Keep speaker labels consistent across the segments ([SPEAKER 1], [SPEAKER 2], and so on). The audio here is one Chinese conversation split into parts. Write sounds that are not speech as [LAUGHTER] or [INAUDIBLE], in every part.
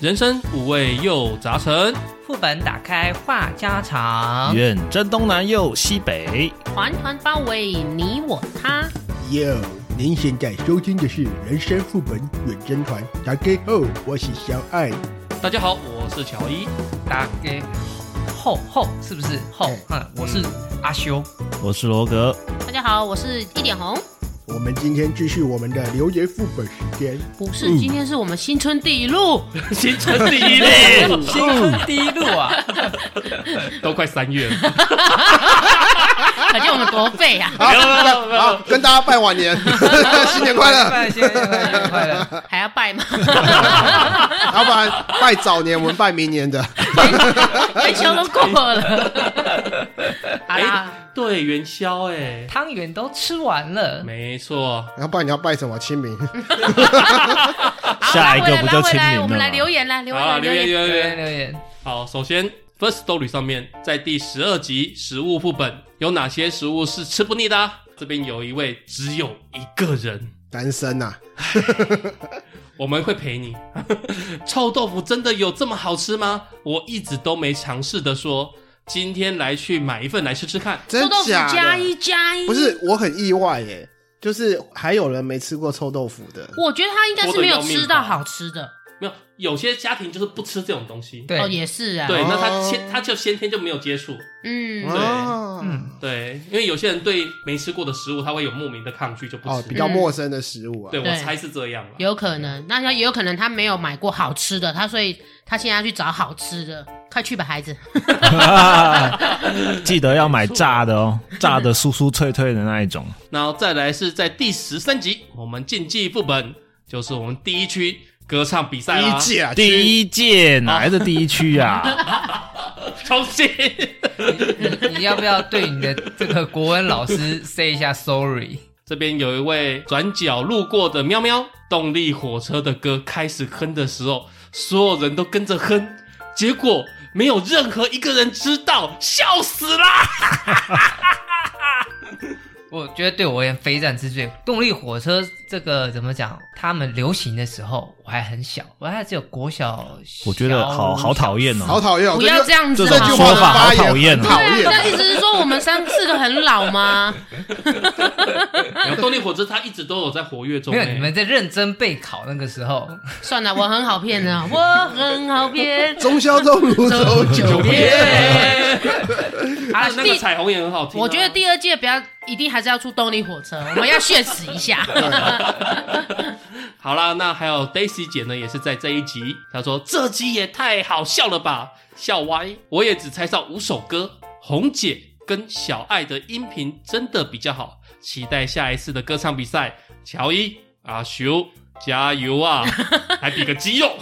[SPEAKER 1] 人生五味又杂陈，
[SPEAKER 2] 副本打开话家常，
[SPEAKER 3] 远征东南又西北，
[SPEAKER 4] 团团包围你我他。
[SPEAKER 5] 哟，您现在收听的是《人生副本远征团》，打开后我是小爱，
[SPEAKER 1] 大家好，我是乔伊。
[SPEAKER 2] 打给后后是不是后？嗯，我是阿修，
[SPEAKER 3] 我是罗格。
[SPEAKER 4] 大家好，我是一点红。
[SPEAKER 5] 我们今天继续我们的留言副本时间。
[SPEAKER 4] 不是，今天是我们新春第一 [LAUGHS] 路，
[SPEAKER 1] [LAUGHS] 新春第一 [LAUGHS] 日，
[SPEAKER 2] 新春第一路啊！
[SPEAKER 1] [LAUGHS] 都快三月了，
[SPEAKER 4] 可见我们多废 [LAUGHS] 啊！
[SPEAKER 1] 没有没有没有没有
[SPEAKER 6] 好，跟大家拜
[SPEAKER 5] [LAUGHS]
[SPEAKER 6] 晚年，新年快
[SPEAKER 3] 啊
[SPEAKER 6] 乐！
[SPEAKER 2] 新年快乐，新年快
[SPEAKER 3] [LAUGHS]
[SPEAKER 2] 乐！
[SPEAKER 4] 还要 [LAUGHS] 拜吗？
[SPEAKER 6] 要不然拜早年，我们拜明年的。
[SPEAKER 4] 元宵都过 [LAUGHS] 了，好啦，
[SPEAKER 1] 哎，对元宵哎，
[SPEAKER 2] 汤圆都吃完了，
[SPEAKER 1] 没错，
[SPEAKER 6] 然后不然你要拜什么？清明？
[SPEAKER 4] 好
[SPEAKER 3] 下一
[SPEAKER 4] 拉回
[SPEAKER 3] 个
[SPEAKER 4] 来
[SPEAKER 3] 不
[SPEAKER 4] 拉
[SPEAKER 3] 就
[SPEAKER 4] 回
[SPEAKER 3] 清明
[SPEAKER 4] 来，
[SPEAKER 3] 了
[SPEAKER 4] 我们来
[SPEAKER 3] 吗
[SPEAKER 4] 留言啦，留言
[SPEAKER 1] 好
[SPEAKER 4] 啦
[SPEAKER 1] 留
[SPEAKER 4] 留
[SPEAKER 1] 言
[SPEAKER 4] 言。
[SPEAKER 1] 留言留言。
[SPEAKER 2] 留言留言，
[SPEAKER 1] 好，首先 First Story 上面在第十二集食物副本有哪些食物是吃不腻的啊？这边有一位只有一个人，
[SPEAKER 6] 单身啊呐、
[SPEAKER 1] 我们会陪你。 [LAUGHS] 臭豆腐真的有这么好吃吗？我一直都没尝试的说，今天来去买一份来吃吃看。
[SPEAKER 4] 臭
[SPEAKER 6] 真
[SPEAKER 4] 豆腐
[SPEAKER 6] 假
[SPEAKER 4] 加一
[SPEAKER 6] 的？
[SPEAKER 4] 加一，
[SPEAKER 6] 不是，我很意外耶、就是还有人没吃过臭豆腐的。
[SPEAKER 4] 我觉得他应该是没有吃到好吃的。
[SPEAKER 1] 没有，有些家庭就是不吃这种东西。
[SPEAKER 4] 哦，
[SPEAKER 2] 对，
[SPEAKER 4] 也是啊。
[SPEAKER 1] 对，
[SPEAKER 6] 哦
[SPEAKER 1] 那他先他就先天就没有接触。
[SPEAKER 4] 嗯，
[SPEAKER 6] 哦，
[SPEAKER 2] 嗯，
[SPEAKER 1] 对，因为有些人对没吃过的食物，他会有莫名的抗拒，就不
[SPEAKER 6] 哦，
[SPEAKER 1] 吃。
[SPEAKER 6] 比较陌生的食物啊。
[SPEAKER 1] 对我
[SPEAKER 4] 对
[SPEAKER 1] 猜是这样了。
[SPEAKER 4] 有可能，那他也有可能他没有买过好吃的，他所以他现在要去找好吃的。快去吧，孩子。
[SPEAKER 3] [LAUGHS] 记得要买炸的哦，炸的酥酥脆脆的那一种。
[SPEAKER 1] 然后再来是在第十三集，我们竞技副本就是我们第一区歌唱比赛
[SPEAKER 6] 第
[SPEAKER 1] 啦
[SPEAKER 6] 一，届啊，一
[SPEAKER 3] 第一届哪来的第一区啊？
[SPEAKER 1] 重新 [LAUGHS]
[SPEAKER 2] 你要不要对你的这个国文老师 [LAUGHS] say 一下 sorry？
[SPEAKER 1] 这边有一位转角路过的喵喵，动力火车的歌开始哼的时候，所有人都跟着哼，结果没有任何一个人知道，笑死啦！
[SPEAKER 2] 我觉得对我而言非战之罪。动力火车这个怎么讲？他们流行的时候我还很小，我还只有国小。
[SPEAKER 3] 我觉得好
[SPEAKER 2] [LAUGHS] 小
[SPEAKER 3] 好讨厌
[SPEAKER 6] 好
[SPEAKER 3] 哦，
[SPEAKER 6] 讨厌哦！
[SPEAKER 4] 不要这
[SPEAKER 6] 样，
[SPEAKER 4] 样子
[SPEAKER 3] 这
[SPEAKER 4] 啊
[SPEAKER 3] 种
[SPEAKER 6] 这句
[SPEAKER 3] 说
[SPEAKER 6] 话
[SPEAKER 3] 法好
[SPEAKER 6] 的发言
[SPEAKER 3] 讨厌
[SPEAKER 6] 很
[SPEAKER 3] 哦。
[SPEAKER 6] 讨
[SPEAKER 4] [LAUGHS] 对啊，
[SPEAKER 6] 厌
[SPEAKER 4] 那意思是说我们三四个很老吗？
[SPEAKER 1] [LAUGHS] 然后动力火车它一直都有在活跃中、
[SPEAKER 2] 没
[SPEAKER 1] 欸，
[SPEAKER 2] 有，你们在认真备考那个时候，
[SPEAKER 4] 算了，我很好骗的，我很好骗。
[SPEAKER 6] 忠孝东路走九
[SPEAKER 4] [LAUGHS]
[SPEAKER 6] 遍。
[SPEAKER 1] 啊，
[SPEAKER 4] 啊
[SPEAKER 1] 那
[SPEAKER 4] 第
[SPEAKER 1] 个彩虹也很好听啊、
[SPEAKER 4] 我觉得第二届不要，一定还是要出动力火车，我们要炫死一下。
[SPEAKER 1] 好啦，那还有 Daisy 姐呢，也是在这一集，她说这集也太好笑了吧，笑歪。我也只猜到五首歌，红姐跟小爱的音频真的比较好，期待下一次的歌唱比赛。乔伊、阿修，加油
[SPEAKER 4] [LAUGHS]
[SPEAKER 1] 啊！还比个肌肉，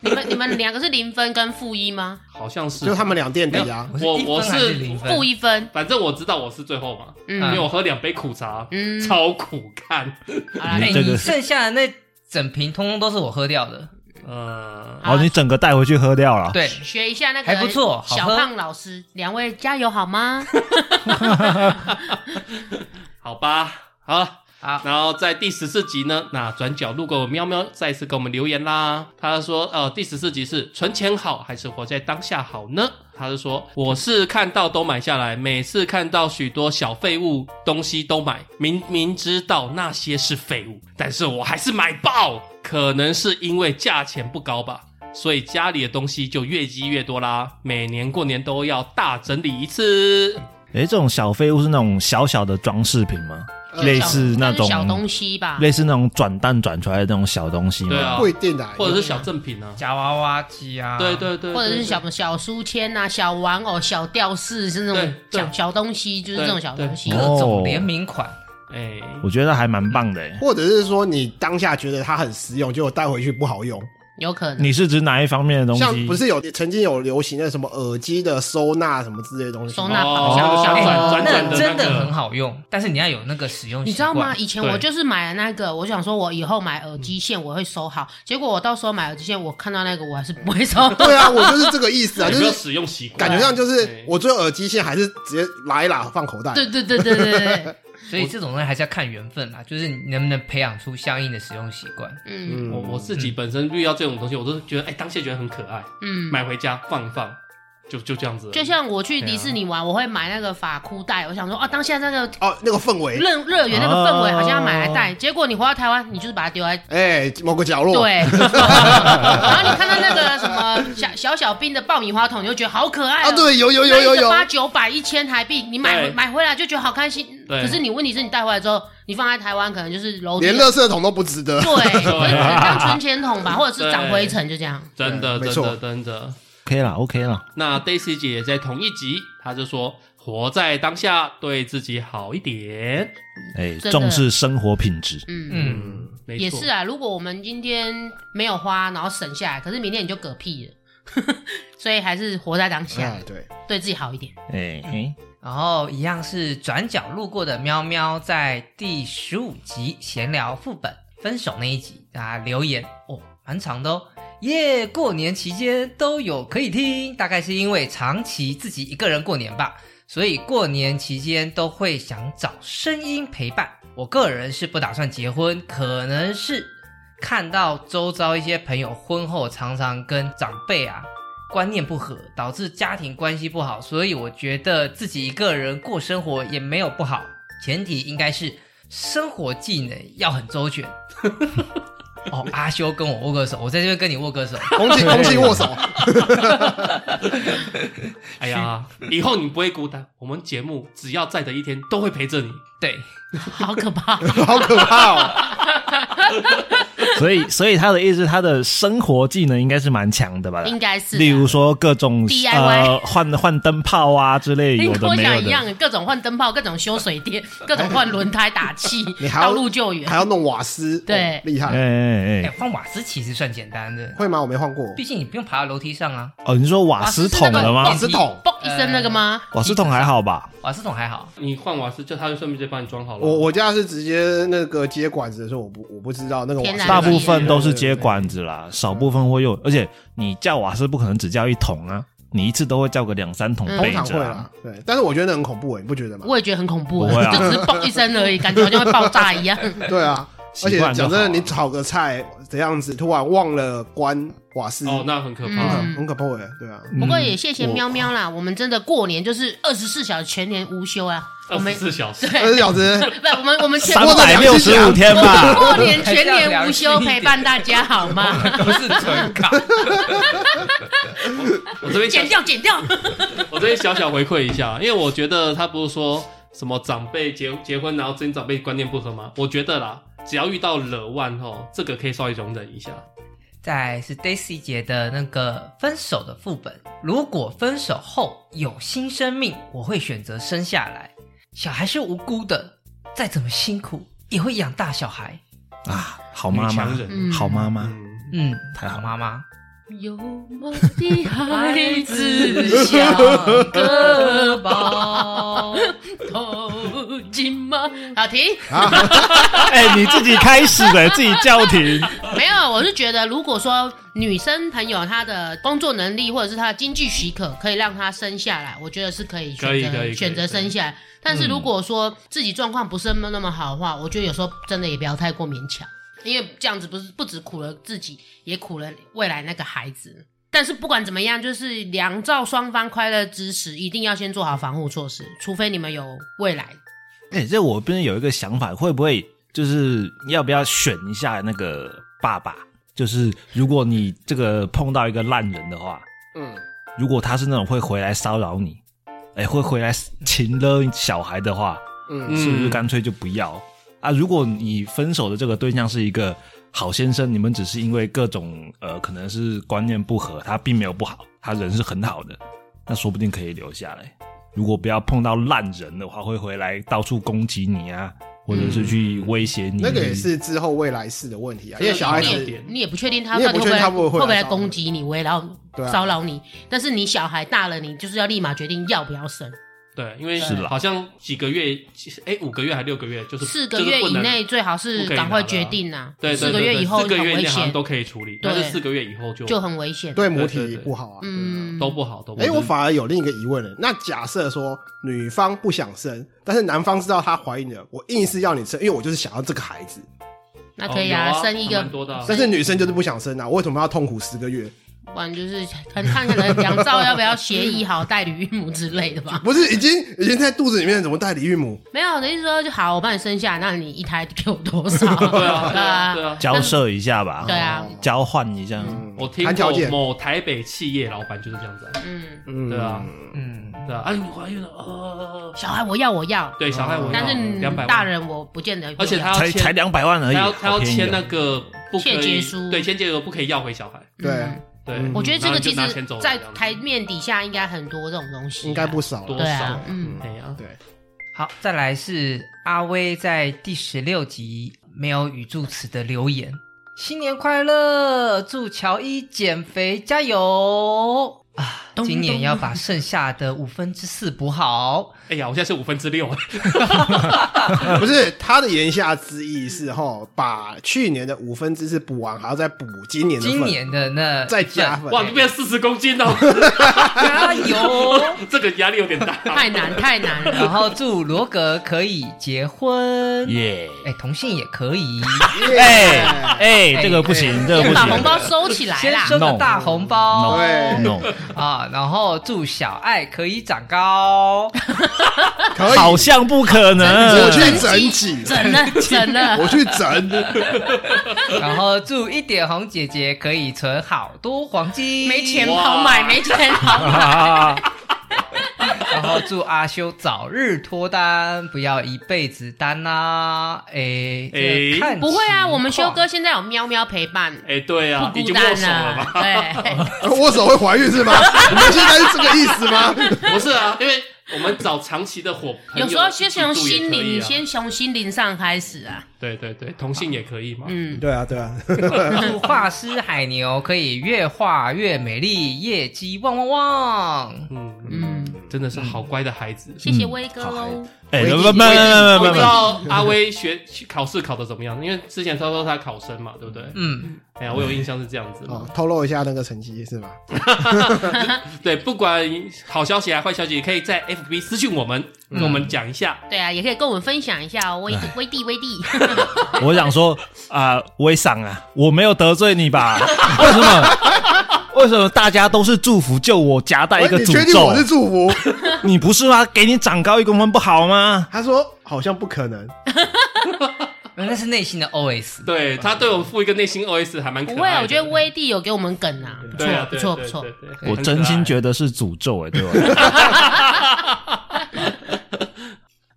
[SPEAKER 4] 你们你们两个是零分跟负一吗？
[SPEAKER 1] 好像是
[SPEAKER 6] 就他们俩垫底啊，
[SPEAKER 1] 我
[SPEAKER 2] 一
[SPEAKER 1] 我
[SPEAKER 2] 分还
[SPEAKER 1] 是
[SPEAKER 2] 是零分
[SPEAKER 4] 负，一分。
[SPEAKER 1] 反正我知道我是最后嘛，因为
[SPEAKER 4] 嗯
[SPEAKER 1] 我喝两杯苦茶，
[SPEAKER 4] 嗯，
[SPEAKER 1] 超苦干。
[SPEAKER 4] 好啦
[SPEAKER 2] 哎，
[SPEAKER 3] 你这
[SPEAKER 2] 你
[SPEAKER 3] 个
[SPEAKER 2] 剩下的那整瓶通通都是我喝掉的，
[SPEAKER 1] 呃，
[SPEAKER 4] 好
[SPEAKER 3] 哦，你整个带回去喝掉了。
[SPEAKER 2] 对，
[SPEAKER 4] 学一下那个
[SPEAKER 2] 还不错好喝
[SPEAKER 4] 小胖老师，两位加油好吗？
[SPEAKER 1] [LAUGHS] 好吧，好了。
[SPEAKER 2] 好，
[SPEAKER 1] 然后在第十四集呢，那转角路过的喵喵再次给我们留言啦。他说，呃，第十四集是存钱好还是活在当下好呢？他是说，我是看到都买下来，每次看到许多小废物东西都买，明明知道那些是废物，但是我还是买爆。可能是因为价钱不高吧，所以家里的东西就越积越多啦。每年过年都要大整理一次。
[SPEAKER 3] 哎，这种小废物是那种小小的装饰品吗？类似那种
[SPEAKER 4] 呃小东西啊吧。
[SPEAKER 3] 类似那种转蛋转出来的那种小东西吗？
[SPEAKER 1] 对啊
[SPEAKER 6] 不一定的啊，
[SPEAKER 1] 或者是小赠品啊，
[SPEAKER 2] 夹娃娃机啊，
[SPEAKER 1] 对对对，
[SPEAKER 4] 或者
[SPEAKER 1] 对
[SPEAKER 4] 是
[SPEAKER 1] 对
[SPEAKER 4] 小小书签啊、小玩偶、小吊饰，是那种
[SPEAKER 1] 对对
[SPEAKER 4] 小小东西，就是这种小东西
[SPEAKER 3] 对
[SPEAKER 2] 各。
[SPEAKER 3] 对
[SPEAKER 2] 种联名款，
[SPEAKER 1] 哎，
[SPEAKER 3] 我觉得还蛮棒的诶。
[SPEAKER 6] 或者是说你当下觉得它很实用，结果带回去不好用。
[SPEAKER 4] 有可能
[SPEAKER 3] 你是指哪一方面的东
[SPEAKER 6] 像
[SPEAKER 3] 西？
[SPEAKER 6] 不是有曾经有流行的什么耳机的收纳什么之类的东西吗，
[SPEAKER 4] 收纳
[SPEAKER 1] 哦
[SPEAKER 4] 宝箱、小
[SPEAKER 1] 哎
[SPEAKER 4] 手
[SPEAKER 1] 转转转
[SPEAKER 2] 那
[SPEAKER 1] 的
[SPEAKER 2] 真
[SPEAKER 1] 那
[SPEAKER 2] 的
[SPEAKER 1] 个
[SPEAKER 2] 很好用，但是你要有那个使用习惯，
[SPEAKER 4] 你知道吗？以前我
[SPEAKER 1] 对
[SPEAKER 4] 就是买了那个，我想说我以后买耳机线我会收好，结果我到时候买耳机线，我看到那个我还是不会收。
[SPEAKER 6] 对啊，我就是这个意
[SPEAKER 1] [LAUGHS]
[SPEAKER 6] 思啊，
[SPEAKER 1] 有
[SPEAKER 6] 就
[SPEAKER 1] 没有
[SPEAKER 6] 是
[SPEAKER 1] 使用习惯？
[SPEAKER 6] 感觉上就
[SPEAKER 1] 对
[SPEAKER 6] 是我最后耳机线还是直接拉一拉放口袋。
[SPEAKER 4] 对对对对对 [LAUGHS] 对，
[SPEAKER 2] 所以这种东西还是要看缘分啦，就是你能不能培养出相应的使用习惯。
[SPEAKER 4] 嗯，
[SPEAKER 1] 我我自己本身遇到这这种东西，我都觉得哎、当下觉得很可爱，
[SPEAKER 4] 嗯，
[SPEAKER 1] 买回家放一放，就就这样子而已。
[SPEAKER 4] 就像我去迪士尼
[SPEAKER 6] 啊
[SPEAKER 4] 玩，我会买那个发箍带，我想说啊，当下那个
[SPEAKER 6] 哦，那个氛围，
[SPEAKER 4] 乐乐园那个氛围
[SPEAKER 6] 哦
[SPEAKER 4] 好像要买来戴，结果你回到台湾，你就是把它丢在。
[SPEAKER 6] 哎，某个角落，， [LAUGHS]
[SPEAKER 4] 对，然后你看到那个什么小小小兵的爆米花筒，你就觉得好可爱哦
[SPEAKER 6] 啊，对，有有有有有，
[SPEAKER 4] 八九百、一千台币，你买
[SPEAKER 1] 对
[SPEAKER 4] 买回来就觉得好开心。
[SPEAKER 1] 对
[SPEAKER 4] 可是你问题是你带回来之后，你放在台湾可能就是楼梯
[SPEAKER 6] 连垃圾桶都不值
[SPEAKER 4] [LAUGHS]
[SPEAKER 6] 得。
[SPEAKER 4] 对，就是只当存钱筒吧，或者是长
[SPEAKER 1] 对
[SPEAKER 4] 灰尘，就这样。
[SPEAKER 1] 真的，
[SPEAKER 6] 对没
[SPEAKER 1] 真
[SPEAKER 6] 错
[SPEAKER 1] 的，真的。
[SPEAKER 3] ，OK 啦，OK 啦，
[SPEAKER 1] 那 Daisy 姐也在同一集，她就说活在当下，对自己好一点。
[SPEAKER 3] 哎，
[SPEAKER 4] 真的
[SPEAKER 3] 重视生活品质，
[SPEAKER 4] 嗯，
[SPEAKER 2] 嗯，
[SPEAKER 1] 嗯，没错，
[SPEAKER 4] 也是啊。如果我们今天没有花，然后省下来，可是明天你就嗝屁了， [LAUGHS] 所以还是活在当下
[SPEAKER 6] 哎，，对，
[SPEAKER 4] 对自己好一点。
[SPEAKER 3] 哎哎，
[SPEAKER 2] 然后一样是转角路过的喵喵，在第十五集闲聊副本分手那一集啊留言哦，蛮长的哦。耶过年期间都有可以听，大概是因为长期自己一个人过年吧，所以过年期间都会想找声音陪伴。我个人是不打算结婚，可能是看到周遭一些朋友婚后常常跟长辈啊观念不合，导致家庭关系不好，所以我觉得自己一个人过生活也没有不好，前提应该是生活技能要很周全。哦，阿修跟我握个手，我在这边跟你握个手。
[SPEAKER 6] 空气空气握手，
[SPEAKER 1] 哎呀，以后你不会孤单，我们节目只要在的一天都会陪着你。
[SPEAKER 2] 对，
[SPEAKER 4] 好可怕！
[SPEAKER 6] [LAUGHS] 好可怕哦！
[SPEAKER 4] [LAUGHS]
[SPEAKER 3] 所以所以他的意思，他的生活技能应该是蛮强的吧？
[SPEAKER 4] 应该是啊
[SPEAKER 3] 例如说各种
[SPEAKER 4] DIY
[SPEAKER 3] 呃换换灯泡啊之类，
[SPEAKER 4] 你
[SPEAKER 3] 有
[SPEAKER 4] 跟
[SPEAKER 3] 的
[SPEAKER 4] 我
[SPEAKER 3] 没
[SPEAKER 4] 想
[SPEAKER 3] 有
[SPEAKER 4] 一
[SPEAKER 3] 的。
[SPEAKER 4] 样，各种换灯泡，各种修水电，各种换轮胎打气
[SPEAKER 6] 你，还要
[SPEAKER 4] 道路救援
[SPEAKER 6] 还。要弄瓦斯，
[SPEAKER 4] 对
[SPEAKER 6] 哦厉
[SPEAKER 3] 哎
[SPEAKER 6] 害。
[SPEAKER 3] 哎
[SPEAKER 2] 哎、
[SPEAKER 3] 哎，
[SPEAKER 2] 换瓦斯其实算简单的，
[SPEAKER 6] 会吗？我没换过，
[SPEAKER 2] 毕竟你不用爬到楼梯上啊。
[SPEAKER 3] 哦，你说瓦斯桶的
[SPEAKER 6] 瓦
[SPEAKER 3] 吗？
[SPEAKER 6] 斯桶，
[SPEAKER 4] 嘣一声那个吗？
[SPEAKER 3] 瓦斯桶还好吧？
[SPEAKER 2] 瓦斯桶还好，
[SPEAKER 1] 你换瓦斯，就他就顺便就帮你装好了。
[SPEAKER 6] 我我家是直接那个接管子的时候，我不我不知道那个瓦
[SPEAKER 4] 天
[SPEAKER 6] 斯
[SPEAKER 4] 然
[SPEAKER 3] 大
[SPEAKER 4] 的
[SPEAKER 3] 部分都是接管子啦，少部分会用，而且你叫瓦斯不可能只叫一桶啊，你一次都会叫个两三桶
[SPEAKER 4] 嗯
[SPEAKER 6] 通
[SPEAKER 3] 备
[SPEAKER 6] 常会
[SPEAKER 3] 着、啊
[SPEAKER 6] 啦。，对，但是我觉得那很恐怖哎，你不觉得吗？
[SPEAKER 4] 我也觉得很恐怖，
[SPEAKER 3] 不会啊
[SPEAKER 4] 就只是嘣一声而已，感觉好像会爆炸一样。
[SPEAKER 6] 对啊，而且
[SPEAKER 3] 习惯
[SPEAKER 6] 讲
[SPEAKER 3] 就
[SPEAKER 6] 真
[SPEAKER 3] 好
[SPEAKER 6] 的，你炒个菜这样子，突然忘了关瓦斯，
[SPEAKER 1] 哦，那很可怕。
[SPEAKER 4] 嗯
[SPEAKER 6] 很可怕哎，对啊，
[SPEAKER 4] 不过也谢谢喵喵啦，我们真的过年就是二十四小时全年无休啊，我
[SPEAKER 1] 二
[SPEAKER 4] 们
[SPEAKER 1] 十四小时，
[SPEAKER 6] 二十
[SPEAKER 4] 对，
[SPEAKER 6] 小时
[SPEAKER 4] 不，我们我们全
[SPEAKER 3] 三
[SPEAKER 4] 我
[SPEAKER 3] 百六十五天
[SPEAKER 4] 们
[SPEAKER 3] 吧。
[SPEAKER 4] 过年全年无休陪伴大家好吗？
[SPEAKER 2] 都是纯靠。
[SPEAKER 1] 我这边小
[SPEAKER 4] [LAUGHS] 剪掉剪 [LAUGHS] 掉，
[SPEAKER 1] 我这边小小回馈一下，因为我觉得他不是说什么长辈结结婚，然后跟长辈观念不合吗？我觉得啦，只要遇到惹万吼，这个可以稍微容忍一下。
[SPEAKER 2] 再来是 Daisy 姐的那个分手的副本。如果分手后有新生命，我会选择生下来。小孩是无辜的，再怎么辛苦也会养大小孩。
[SPEAKER 3] 啊，好妈
[SPEAKER 1] 女强
[SPEAKER 3] 妈，
[SPEAKER 1] 人，
[SPEAKER 4] 嗯
[SPEAKER 3] 好妈妈，
[SPEAKER 1] [LAUGHS] 嗯，
[SPEAKER 2] 嗯，
[SPEAKER 3] 太好了
[SPEAKER 2] 妈妈。
[SPEAKER 4] 有梦的孩
[SPEAKER 2] 嗯
[SPEAKER 4] 子像
[SPEAKER 2] 个宝，
[SPEAKER 4] 呃头巾吗？好停，
[SPEAKER 3] 哎、你自己开始的，自己叫停。
[SPEAKER 4] [LAUGHS] 没有，我是觉得如果说女生朋友她的工作能力或者是她的经济许可，可以让她生下来，我觉得是可以
[SPEAKER 1] 可
[SPEAKER 4] 选
[SPEAKER 1] 以可以
[SPEAKER 4] 择选择
[SPEAKER 1] 可以嗯
[SPEAKER 4] 生下来。但是如果说自己状况不是那么好的话，我觉得有时候真的也不要太过勉强，因为这样子不是不止苦了自己，也苦了未来那个孩子。但是不管怎么样，就是两造双方快乐支持，一定要先做好防护措施，除非你们有未来。
[SPEAKER 3] 哎、这我边有一个想法，会不会就是要不要选一下那个爸爸？就是如果你这个碰到一个烂人的话，
[SPEAKER 6] 嗯，
[SPEAKER 3] 如果他是那种会回来骚扰你，哎、会回来 [LAUGHS] 擒了小孩的话，
[SPEAKER 6] 嗯
[SPEAKER 3] 是不是
[SPEAKER 1] 嗯
[SPEAKER 3] 干脆就不要啊？如果你分手的这个对象是一个好先生，你们只是因为各种呃，可能是观念不合，他并没有不好，他人是很好的，那说不定可以留下来。如果不要碰到烂人的话，会回来到处攻击你啊，或者是去威胁你。
[SPEAKER 6] 嗯那个也是之后未来世的问题啊，因为小孩
[SPEAKER 1] 这
[SPEAKER 4] 你
[SPEAKER 1] 是一
[SPEAKER 6] 子
[SPEAKER 1] 点
[SPEAKER 4] 也你也不确定他
[SPEAKER 6] 你也
[SPEAKER 4] 到
[SPEAKER 6] 不
[SPEAKER 4] 底
[SPEAKER 6] 确
[SPEAKER 4] 会
[SPEAKER 6] 定
[SPEAKER 4] 来
[SPEAKER 6] 他会不会
[SPEAKER 4] 会不会
[SPEAKER 6] 来
[SPEAKER 4] 来
[SPEAKER 6] 骚扰
[SPEAKER 4] 攻击你、围绕、
[SPEAKER 6] 对啊
[SPEAKER 4] 骚扰你，但是你小孩大了，你就是要立马决定要不要生。
[SPEAKER 1] 对，因为
[SPEAKER 3] 是啦
[SPEAKER 1] 好像几个月，哎，五个月还六个月，就是
[SPEAKER 4] 四个月以，
[SPEAKER 1] 就是不能
[SPEAKER 4] 内最好是
[SPEAKER 1] 不可以
[SPEAKER 4] 赶快
[SPEAKER 1] 拿的啊
[SPEAKER 4] 决定呐、
[SPEAKER 1] 对，对
[SPEAKER 4] 四个
[SPEAKER 1] 对
[SPEAKER 4] 月
[SPEAKER 1] 对
[SPEAKER 4] 以后
[SPEAKER 1] 四个
[SPEAKER 4] 很
[SPEAKER 1] 月内
[SPEAKER 4] 危
[SPEAKER 1] 好像
[SPEAKER 4] 险
[SPEAKER 1] 都，可以处理，
[SPEAKER 4] 对
[SPEAKER 1] 但是四个月以后就
[SPEAKER 4] 就很危险。
[SPEAKER 6] 对母
[SPEAKER 1] 对对
[SPEAKER 6] 体
[SPEAKER 1] 对
[SPEAKER 6] 不好啊。
[SPEAKER 4] 嗯，
[SPEAKER 1] 都不好，都不
[SPEAKER 6] 哎、
[SPEAKER 1] 好。
[SPEAKER 6] 我反而有另一个疑问了。那假设说女方不想生，但是男方知道她怀孕了，我硬是要你生，因为我就是想要这个孩子。
[SPEAKER 4] 那可以
[SPEAKER 1] 哦
[SPEAKER 4] 啊，
[SPEAKER 1] 有啊
[SPEAKER 4] 生一个
[SPEAKER 1] 还蛮多的啊
[SPEAKER 6] 但是女生就是不想生啊，我为什么要痛苦十个月？
[SPEAKER 4] 不然就是看看可能杨照要不要协议好代理孕母之类的吧。 [LAUGHS]
[SPEAKER 6] 不是已经已经在肚子里面，怎么代理孕母？
[SPEAKER 4] 没有，我的意思说就好，我帮你生下，那你一胎给我多少？
[SPEAKER 1] 对啊，
[SPEAKER 4] [LAUGHS]
[SPEAKER 1] 对啊，对
[SPEAKER 4] 啊，
[SPEAKER 1] 啊。
[SPEAKER 3] 交涉一下吧，
[SPEAKER 4] 对啊，
[SPEAKER 3] 交换一下。
[SPEAKER 6] 嗯
[SPEAKER 1] 我听
[SPEAKER 6] 谈条
[SPEAKER 1] 过
[SPEAKER 6] 件
[SPEAKER 1] 某台北企业老板就是这样子啊，
[SPEAKER 4] 嗯，
[SPEAKER 6] 嗯
[SPEAKER 1] 对啊，
[SPEAKER 2] 嗯，
[SPEAKER 1] 对啊，啊，你怀孕了，呃，
[SPEAKER 4] 小孩我要我要，
[SPEAKER 1] 对，小孩我要
[SPEAKER 4] 但是
[SPEAKER 1] 两百
[SPEAKER 4] 大
[SPEAKER 1] 万，
[SPEAKER 4] 人我不见得，
[SPEAKER 1] 而且他
[SPEAKER 3] 才
[SPEAKER 1] 要
[SPEAKER 3] 才
[SPEAKER 1] 签，
[SPEAKER 3] 两百万
[SPEAKER 1] 他
[SPEAKER 3] 而已，
[SPEAKER 1] 要他要
[SPEAKER 3] 好便宜
[SPEAKER 1] 签
[SPEAKER 3] 哦
[SPEAKER 1] 那个不可
[SPEAKER 4] 切结
[SPEAKER 1] 以
[SPEAKER 4] 书，
[SPEAKER 1] 对，签结额不可以要回小孩，
[SPEAKER 6] 对，
[SPEAKER 1] 对，
[SPEAKER 6] 嗯
[SPEAKER 4] 我觉得这个其
[SPEAKER 1] 然后你就拿钱
[SPEAKER 4] 实
[SPEAKER 1] 走，
[SPEAKER 4] 在
[SPEAKER 1] 这样子
[SPEAKER 4] 台 [LAUGHS] 面底下应该很多这种东西啊，
[SPEAKER 6] 应该不少
[SPEAKER 1] 多
[SPEAKER 6] 了。
[SPEAKER 4] 对啊
[SPEAKER 1] 少，
[SPEAKER 4] 嗯，
[SPEAKER 1] 哎呀，
[SPEAKER 6] 对，
[SPEAKER 2] 好，再来是阿威在第十六集没有语助词的留言：新年快乐，祝乔伊减肥加油啊！
[SPEAKER 4] 咚
[SPEAKER 2] 今年
[SPEAKER 4] 咚
[SPEAKER 2] 要把剩下的五分之四补好。
[SPEAKER 1] 哎呀，我现在是五分之六，
[SPEAKER 6] 不是他的言下之意是哈，把去年的五分之四补完，还要再补今年的份，
[SPEAKER 2] 今年的那
[SPEAKER 6] 再加分。
[SPEAKER 1] 哇，你变四十公斤哦，
[SPEAKER 2] 加油！
[SPEAKER 1] 这个压力有点大，
[SPEAKER 4] 太 [LAUGHS] 难太难
[SPEAKER 2] 然
[SPEAKER 4] 了，
[SPEAKER 2] 后祝罗格可以结婚，
[SPEAKER 3] 耶！
[SPEAKER 2] 哎，同性也可以，
[SPEAKER 3] 哎哎，这个不行，这个不
[SPEAKER 4] 先把红
[SPEAKER 3] 行。
[SPEAKER 4] 包收起来
[SPEAKER 2] 先
[SPEAKER 4] 啦
[SPEAKER 2] 收。个
[SPEAKER 3] No
[SPEAKER 2] 大红包
[SPEAKER 3] No
[SPEAKER 6] 对，
[SPEAKER 3] no，
[SPEAKER 2] 啊！然后祝小爱可以长高，
[SPEAKER 6] 可以，
[SPEAKER 3] 好像不可
[SPEAKER 6] 哎
[SPEAKER 1] 嗯
[SPEAKER 6] 我去
[SPEAKER 3] 能。
[SPEAKER 6] 整几，
[SPEAKER 4] 整 [LAUGHS] 了整了，
[SPEAKER 6] 我去整，
[SPEAKER 2] 然后祝一点红姐姐可以存好多黄金，
[SPEAKER 4] 没钱好买，
[SPEAKER 1] 哇
[SPEAKER 4] 没钱
[SPEAKER 1] [LAUGHS]
[SPEAKER 4] 好 [LAUGHS] 买。
[SPEAKER 3] 啊，
[SPEAKER 2] 然后祝阿修早日脱单，不要一辈子单啦、哎
[SPEAKER 1] 哎
[SPEAKER 2] 哎，看
[SPEAKER 4] 不会啊，
[SPEAKER 2] 情
[SPEAKER 4] 我们修
[SPEAKER 2] 况
[SPEAKER 4] 哥现在有喵喵陪伴，
[SPEAKER 1] 哎，对啊，
[SPEAKER 4] 不
[SPEAKER 1] 已
[SPEAKER 4] 孤
[SPEAKER 1] 经握
[SPEAKER 4] 单
[SPEAKER 1] 手了
[SPEAKER 4] 啊
[SPEAKER 1] 吧？。 [LAUGHS]
[SPEAKER 4] 对，
[SPEAKER 6] 握手会怀孕是吗？你们现在是这个意思吗？
[SPEAKER 1] 不是啊，因为我们找长期的伙，朋友
[SPEAKER 4] 有时候
[SPEAKER 1] 一
[SPEAKER 4] 先
[SPEAKER 1] 起住也
[SPEAKER 4] 从心
[SPEAKER 1] 可以
[SPEAKER 4] 灵，
[SPEAKER 1] 啊，
[SPEAKER 4] 先从心灵上开始啊。
[SPEAKER 1] 对对对，同性也可以嘛，
[SPEAKER 4] 嗯，
[SPEAKER 6] [LAUGHS] 对啊，对啊，
[SPEAKER 2] 祝画师海牛可以越画越美丽，业绩旺旺旺！
[SPEAKER 1] 嗯嗯，
[SPEAKER 4] 嗯，
[SPEAKER 1] 真的是好乖的孩子。
[SPEAKER 4] 谢谢威哥哦喽。
[SPEAKER 3] 哎，
[SPEAKER 6] 我已
[SPEAKER 3] 不不
[SPEAKER 6] 经
[SPEAKER 3] 不不
[SPEAKER 1] 我
[SPEAKER 3] 不
[SPEAKER 1] 不
[SPEAKER 3] 不
[SPEAKER 1] [LAUGHS] 知道阿威学考试考的怎么样，因为之前他说他考生嘛，对不对？
[SPEAKER 2] 嗯，
[SPEAKER 1] 哎呀，我有印象是这样子嘛
[SPEAKER 6] 哦，透露一下那个成绩是吧？
[SPEAKER 1] 对，不管好消息啊、坏消息，可以在 FB 私讯我们，
[SPEAKER 4] 嗯
[SPEAKER 1] 跟我们讲一下。
[SPEAKER 4] 对啊，也可以跟我们分享一下哦，威
[SPEAKER 1] 哎
[SPEAKER 4] 威弟威弟， [LAUGHS]
[SPEAKER 3] 不，我想说啊，微赏啊，我没有得罪你吧？为什么？ [LAUGHS] 为什么大家都是祝福，就我夹带一个
[SPEAKER 6] 你确
[SPEAKER 3] 诅
[SPEAKER 6] 定
[SPEAKER 3] 咒
[SPEAKER 6] 我？是祝福？ [LAUGHS]
[SPEAKER 3] 你不是吗？给你长高一公分不好吗？
[SPEAKER 6] 他说好像不可能，
[SPEAKER 2] 原来是内心的 OS。
[SPEAKER 1] 对他对我们附一个内心 OS 还蛮可
[SPEAKER 4] 不
[SPEAKER 1] 爱的。
[SPEAKER 4] 会啊，我觉得威弟有给我们梗啊，不
[SPEAKER 1] 哎对啊
[SPEAKER 4] 错，不
[SPEAKER 1] 对
[SPEAKER 4] 错，不
[SPEAKER 1] 对
[SPEAKER 4] 错
[SPEAKER 1] 对。对对
[SPEAKER 3] 我
[SPEAKER 1] 很
[SPEAKER 3] 真
[SPEAKER 1] 可爱
[SPEAKER 3] 心觉得是诅咒哎、对吧？
[SPEAKER 1] [LAUGHS]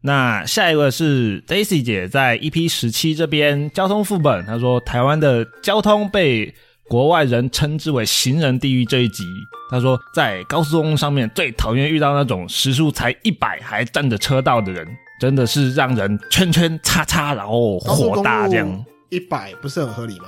[SPEAKER 3] 那下一位是 Daisy 姐在 EP 十七这边交通副本，她说台湾的交通被国外人称之为“行人地狱”这一集，她说在高速公路上面最讨厌遇到那种时速才一百还占着车道的人，真的是让人圈圈叉叉，然后
[SPEAKER 6] 高速
[SPEAKER 3] 火
[SPEAKER 6] 公
[SPEAKER 3] 大这样。
[SPEAKER 6] 路一百不是很合理吗？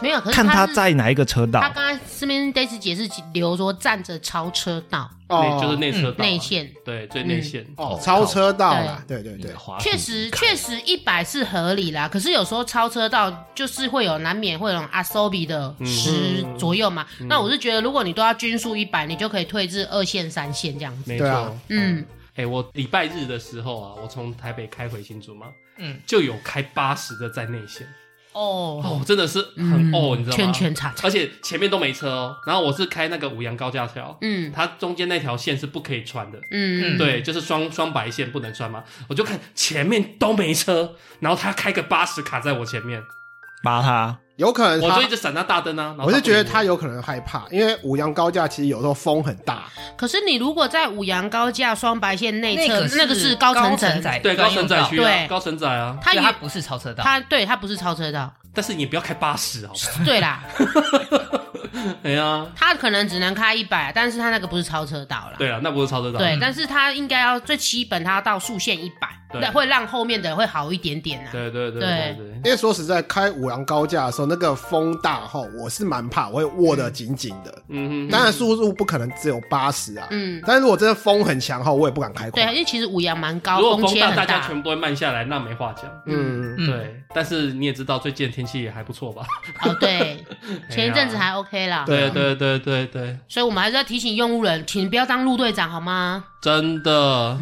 [SPEAKER 4] 没有，可是
[SPEAKER 3] 看
[SPEAKER 4] 他
[SPEAKER 3] 他
[SPEAKER 4] 是
[SPEAKER 3] 在哪一个车道
[SPEAKER 4] 他，刚刚这边 Daisy 解释留说站着超车道
[SPEAKER 1] 内就是内车道啊
[SPEAKER 4] 嗯内，线，嗯
[SPEAKER 1] 对最内线。
[SPEAKER 6] 哦，超车道啦，对对对，
[SPEAKER 3] 滑
[SPEAKER 4] 确
[SPEAKER 3] 鼠
[SPEAKER 4] 实
[SPEAKER 3] 开
[SPEAKER 4] 确实一百是合理啦，可是有时候超车道就是会有难免会有阿 s o b i 的十左右嘛。那我是觉得，如果你都要均速一百，你就可以退至二线、三线这样子。
[SPEAKER 1] 没
[SPEAKER 6] 对
[SPEAKER 1] 错
[SPEAKER 6] 啊，
[SPEAKER 4] 嗯，
[SPEAKER 1] 哎、我礼拜日的时候啊，我从台北开回新竹嘛，
[SPEAKER 2] 嗯，
[SPEAKER 1] 就有开八十的在内线，
[SPEAKER 4] 哦，
[SPEAKER 1] 哦，真的是很
[SPEAKER 4] 嗯
[SPEAKER 1] 哦，你知道吗？
[SPEAKER 4] 圈圈叉叉
[SPEAKER 1] 而且前面都没车哦，然后我是开那个五羊高架桥，
[SPEAKER 4] 嗯
[SPEAKER 1] 它中间那条线是不可以穿的，
[SPEAKER 4] 嗯，
[SPEAKER 1] 对，就是双双白线不能穿嘛。我就看前面都没车，然后他开个八十卡在我前面，
[SPEAKER 3] 扒他。
[SPEAKER 6] 有可能
[SPEAKER 1] 我就一
[SPEAKER 6] 他。
[SPEAKER 1] 直闪他大灯啊。然后
[SPEAKER 6] 我是觉得
[SPEAKER 1] 不理
[SPEAKER 6] 他有可能害怕，因为五羊高架其实有时候风很大，
[SPEAKER 4] 可是你如果在五羊高架双白线内侧，那个是
[SPEAKER 2] 高
[SPEAKER 4] 高
[SPEAKER 2] 承
[SPEAKER 4] 层层，
[SPEAKER 2] 载
[SPEAKER 1] 我对高
[SPEAKER 2] 承
[SPEAKER 1] 神仔区啊，
[SPEAKER 4] 对
[SPEAKER 1] 高神仔啊，
[SPEAKER 4] 它
[SPEAKER 2] 它
[SPEAKER 4] 也
[SPEAKER 2] 不是超车道。
[SPEAKER 4] 它对它不是超车道，
[SPEAKER 1] 但是你不要开八十好吗？
[SPEAKER 4] 对啦，
[SPEAKER 1] 哎呀，
[SPEAKER 4] 它可能只能开一百，但是它那个不是超车道啦。
[SPEAKER 1] 对啊，那不是超车道，
[SPEAKER 4] 对，但是它应该要最基本，它要到速限一百，
[SPEAKER 1] 对
[SPEAKER 4] 那会让后面的会好一点点啊。
[SPEAKER 1] 对对对对
[SPEAKER 4] 对
[SPEAKER 1] 对。
[SPEAKER 6] 因为说实在，开五羊高架的时候，那个风大后，我是蛮怕，我会握得紧紧的。
[SPEAKER 1] 嗯哼，
[SPEAKER 6] 当然速度不可能只有八十啊，
[SPEAKER 4] 嗯，
[SPEAKER 6] 但是如果真的风很强后，我也不敢开
[SPEAKER 4] 对，因
[SPEAKER 6] 快。
[SPEAKER 4] 为其实五羊蛮
[SPEAKER 1] 如
[SPEAKER 4] 高，
[SPEAKER 1] 果
[SPEAKER 4] 风
[SPEAKER 1] 风
[SPEAKER 4] 切
[SPEAKER 1] 大，
[SPEAKER 4] 很
[SPEAKER 1] 大家
[SPEAKER 4] 大。
[SPEAKER 1] 全部会慢下来，那没话讲。
[SPEAKER 6] 嗯，
[SPEAKER 2] 嗯，
[SPEAKER 1] 对，但是你也知道，最近的天气也还不错吧？
[SPEAKER 4] 哦，
[SPEAKER 1] [LAUGHS]
[SPEAKER 4] 对， [LAUGHS] 前一阵子还 OK 啦。
[SPEAKER 1] 对对对对对，
[SPEAKER 4] 所以我们还是要提醒用户人，请不要当路队长好吗？
[SPEAKER 1] 真的，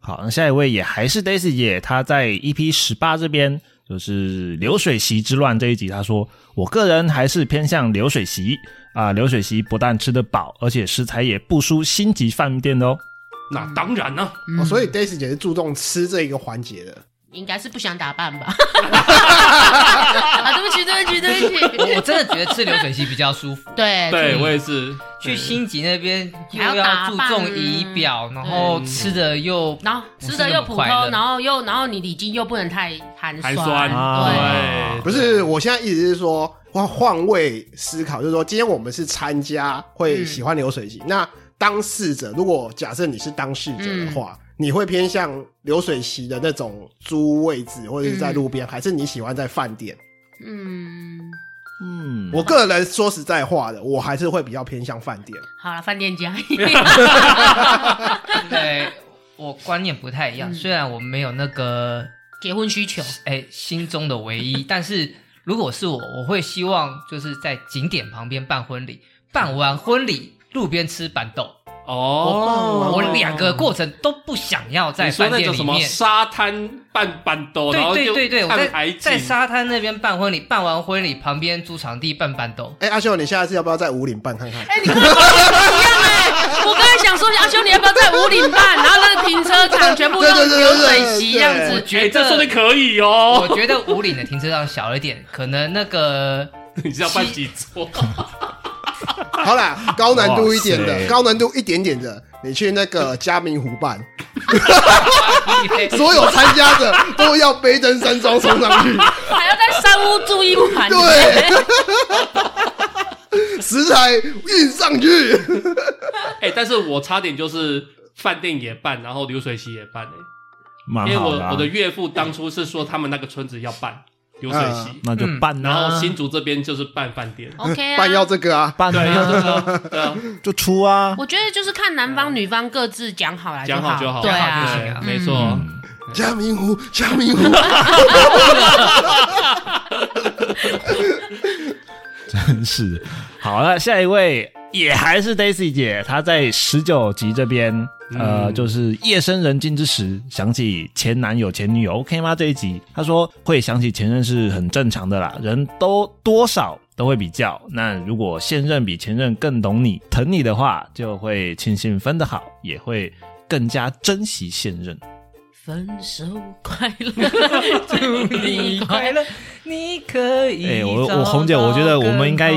[SPEAKER 3] 好，那下一位也还是 Daisy 姐，她在 EP E 十八这边就是流水席之乱这一集，他说我个人还是偏向流水席啊、流水席不但吃得饱，而且食材也不输星级饭店的哦。
[SPEAKER 1] 那当然啊了、
[SPEAKER 4] 嗯
[SPEAKER 6] 哦所以 Daisy 姐是注重吃这一个环节的。
[SPEAKER 4] 应该是不想打扮吧？
[SPEAKER 1] [LAUGHS]
[SPEAKER 4] [LAUGHS] 啊，对不起，对不起，对不
[SPEAKER 2] 我
[SPEAKER 4] 起
[SPEAKER 2] 我。真的觉得吃流水席比较舒服。
[SPEAKER 4] 对
[SPEAKER 1] 对我也是，
[SPEAKER 2] 去星级那边又
[SPEAKER 4] 还要
[SPEAKER 2] 要
[SPEAKER 4] 打
[SPEAKER 2] 注
[SPEAKER 4] 扮啊嗯
[SPEAKER 2] 重仪表，然后吃的又
[SPEAKER 4] 然后吃
[SPEAKER 2] 不是
[SPEAKER 4] 的又
[SPEAKER 2] 那么
[SPEAKER 4] 普通
[SPEAKER 2] 快乐，
[SPEAKER 4] 然后又然后你礼金又不能太寒
[SPEAKER 1] 寒酸
[SPEAKER 3] 啊
[SPEAKER 1] 对，
[SPEAKER 6] [LAUGHS] 不是，我现在一直是说换换位思考，就是说今天我们是参加会喜欢流水席，那当事者如果假设你是当事者的话，你会偏向流水席的那种租位置，或者是在路边，还是你喜欢在饭店？
[SPEAKER 4] 嗯，
[SPEAKER 3] 嗯，
[SPEAKER 6] 我个人说实在话的，我还是会比较偏向饭店。
[SPEAKER 4] 好了，饭店
[SPEAKER 1] [LAUGHS]
[SPEAKER 4] 家。
[SPEAKER 2] 对我观念不太一样。
[SPEAKER 4] 嗯
[SPEAKER 2] 虽然我没有那个
[SPEAKER 4] 结婚需求，
[SPEAKER 2] 哎心中的唯
[SPEAKER 4] [LAUGHS]
[SPEAKER 2] 一，但是如果是我，我会希望就是在景点旁边办婚礼，办完婚礼路边吃板豆。
[SPEAKER 1] 哦，
[SPEAKER 2] 我两个过程都不想要在
[SPEAKER 1] 你说
[SPEAKER 2] 饭
[SPEAKER 1] 那
[SPEAKER 2] 店
[SPEAKER 1] 种
[SPEAKER 2] 里
[SPEAKER 1] 什么
[SPEAKER 2] 面。
[SPEAKER 1] 沙滩半半兜，然后
[SPEAKER 2] 对
[SPEAKER 1] 就
[SPEAKER 2] 对对对，我
[SPEAKER 1] 看海
[SPEAKER 2] 在
[SPEAKER 1] 景，
[SPEAKER 2] 在沙滩那边办婚礼，办完婚礼旁边租场地办
[SPEAKER 1] [LAUGHS]
[SPEAKER 2] 板豆。
[SPEAKER 6] 哎、阿秀，你下次要不要在五岭办看看？
[SPEAKER 4] 哎、你跟我想的不一样哎、我刚才想说，阿兄你要不要在五岭办，然后那个停车场全部
[SPEAKER 6] 对
[SPEAKER 4] 用
[SPEAKER 6] 对对对
[SPEAKER 4] 流水席这样
[SPEAKER 6] 对
[SPEAKER 4] 子，
[SPEAKER 1] 哎，这说的可以
[SPEAKER 2] 我
[SPEAKER 1] 哦，
[SPEAKER 2] 觉得五岭的停车场小一点，可能那个
[SPEAKER 1] [LAUGHS] 你是要办几桌？
[SPEAKER 6] 好啦，高难度一点
[SPEAKER 3] 哇
[SPEAKER 6] 的，
[SPEAKER 3] 塞
[SPEAKER 6] 高难度一点点的，你去那个嘉明湖办，
[SPEAKER 2] [LAUGHS]
[SPEAKER 3] 哎
[SPEAKER 2] 对
[SPEAKER 6] 所有参加者都要背登山装冲上去。
[SPEAKER 4] 还要在山屋住一晚。
[SPEAKER 6] 对，食材运上去。
[SPEAKER 1] [LAUGHS] 哎，但是我差点就是饭店也办，然后流水席也办，哎，
[SPEAKER 3] 蛮
[SPEAKER 1] 因为
[SPEAKER 3] 好
[SPEAKER 1] 我
[SPEAKER 3] 的、啊
[SPEAKER 1] 我的岳父当初是说他们那个村子要办流水席，
[SPEAKER 3] 那就办啊、
[SPEAKER 1] 嗯然后新竹这边就是办饭店，
[SPEAKER 4] [LAUGHS] ，OK
[SPEAKER 6] 办要
[SPEAKER 4] 啊。
[SPEAKER 6] 这个啊，
[SPEAKER 3] 办
[SPEAKER 1] 对
[SPEAKER 2] [LAUGHS]
[SPEAKER 3] 啊，
[SPEAKER 1] 啊，对啊对啊，
[SPEAKER 3] 就出啊。
[SPEAKER 4] 我觉得就是看男方女方各自讲好了，
[SPEAKER 1] 讲好就好，
[SPEAKER 4] 对
[SPEAKER 2] 讲好就
[SPEAKER 4] 啊
[SPEAKER 2] 行，
[SPEAKER 1] 对
[SPEAKER 2] 啊
[SPEAKER 1] 没错，
[SPEAKER 3] 嗯
[SPEAKER 6] 嘉明湖，嘉明湖， [LAUGHS]
[SPEAKER 3] 真是。好了，下一位也还是 Daisy 姐，她在十九集这边，呃，
[SPEAKER 1] 嗯
[SPEAKER 3] 就是夜深人静之时想起前男友、前女友，OK 吗？这一集她说会想起前任是很正常的啦，人都多少。都会比较，那如果现任比前任更懂你、疼你的话，就会庆幸分得好，也会更加珍惜现任。
[SPEAKER 4] 分手快乐，祝
[SPEAKER 2] 你
[SPEAKER 1] [LAUGHS]
[SPEAKER 2] 快乐，你可以。
[SPEAKER 3] 哎、我我红姐，我觉得我们应该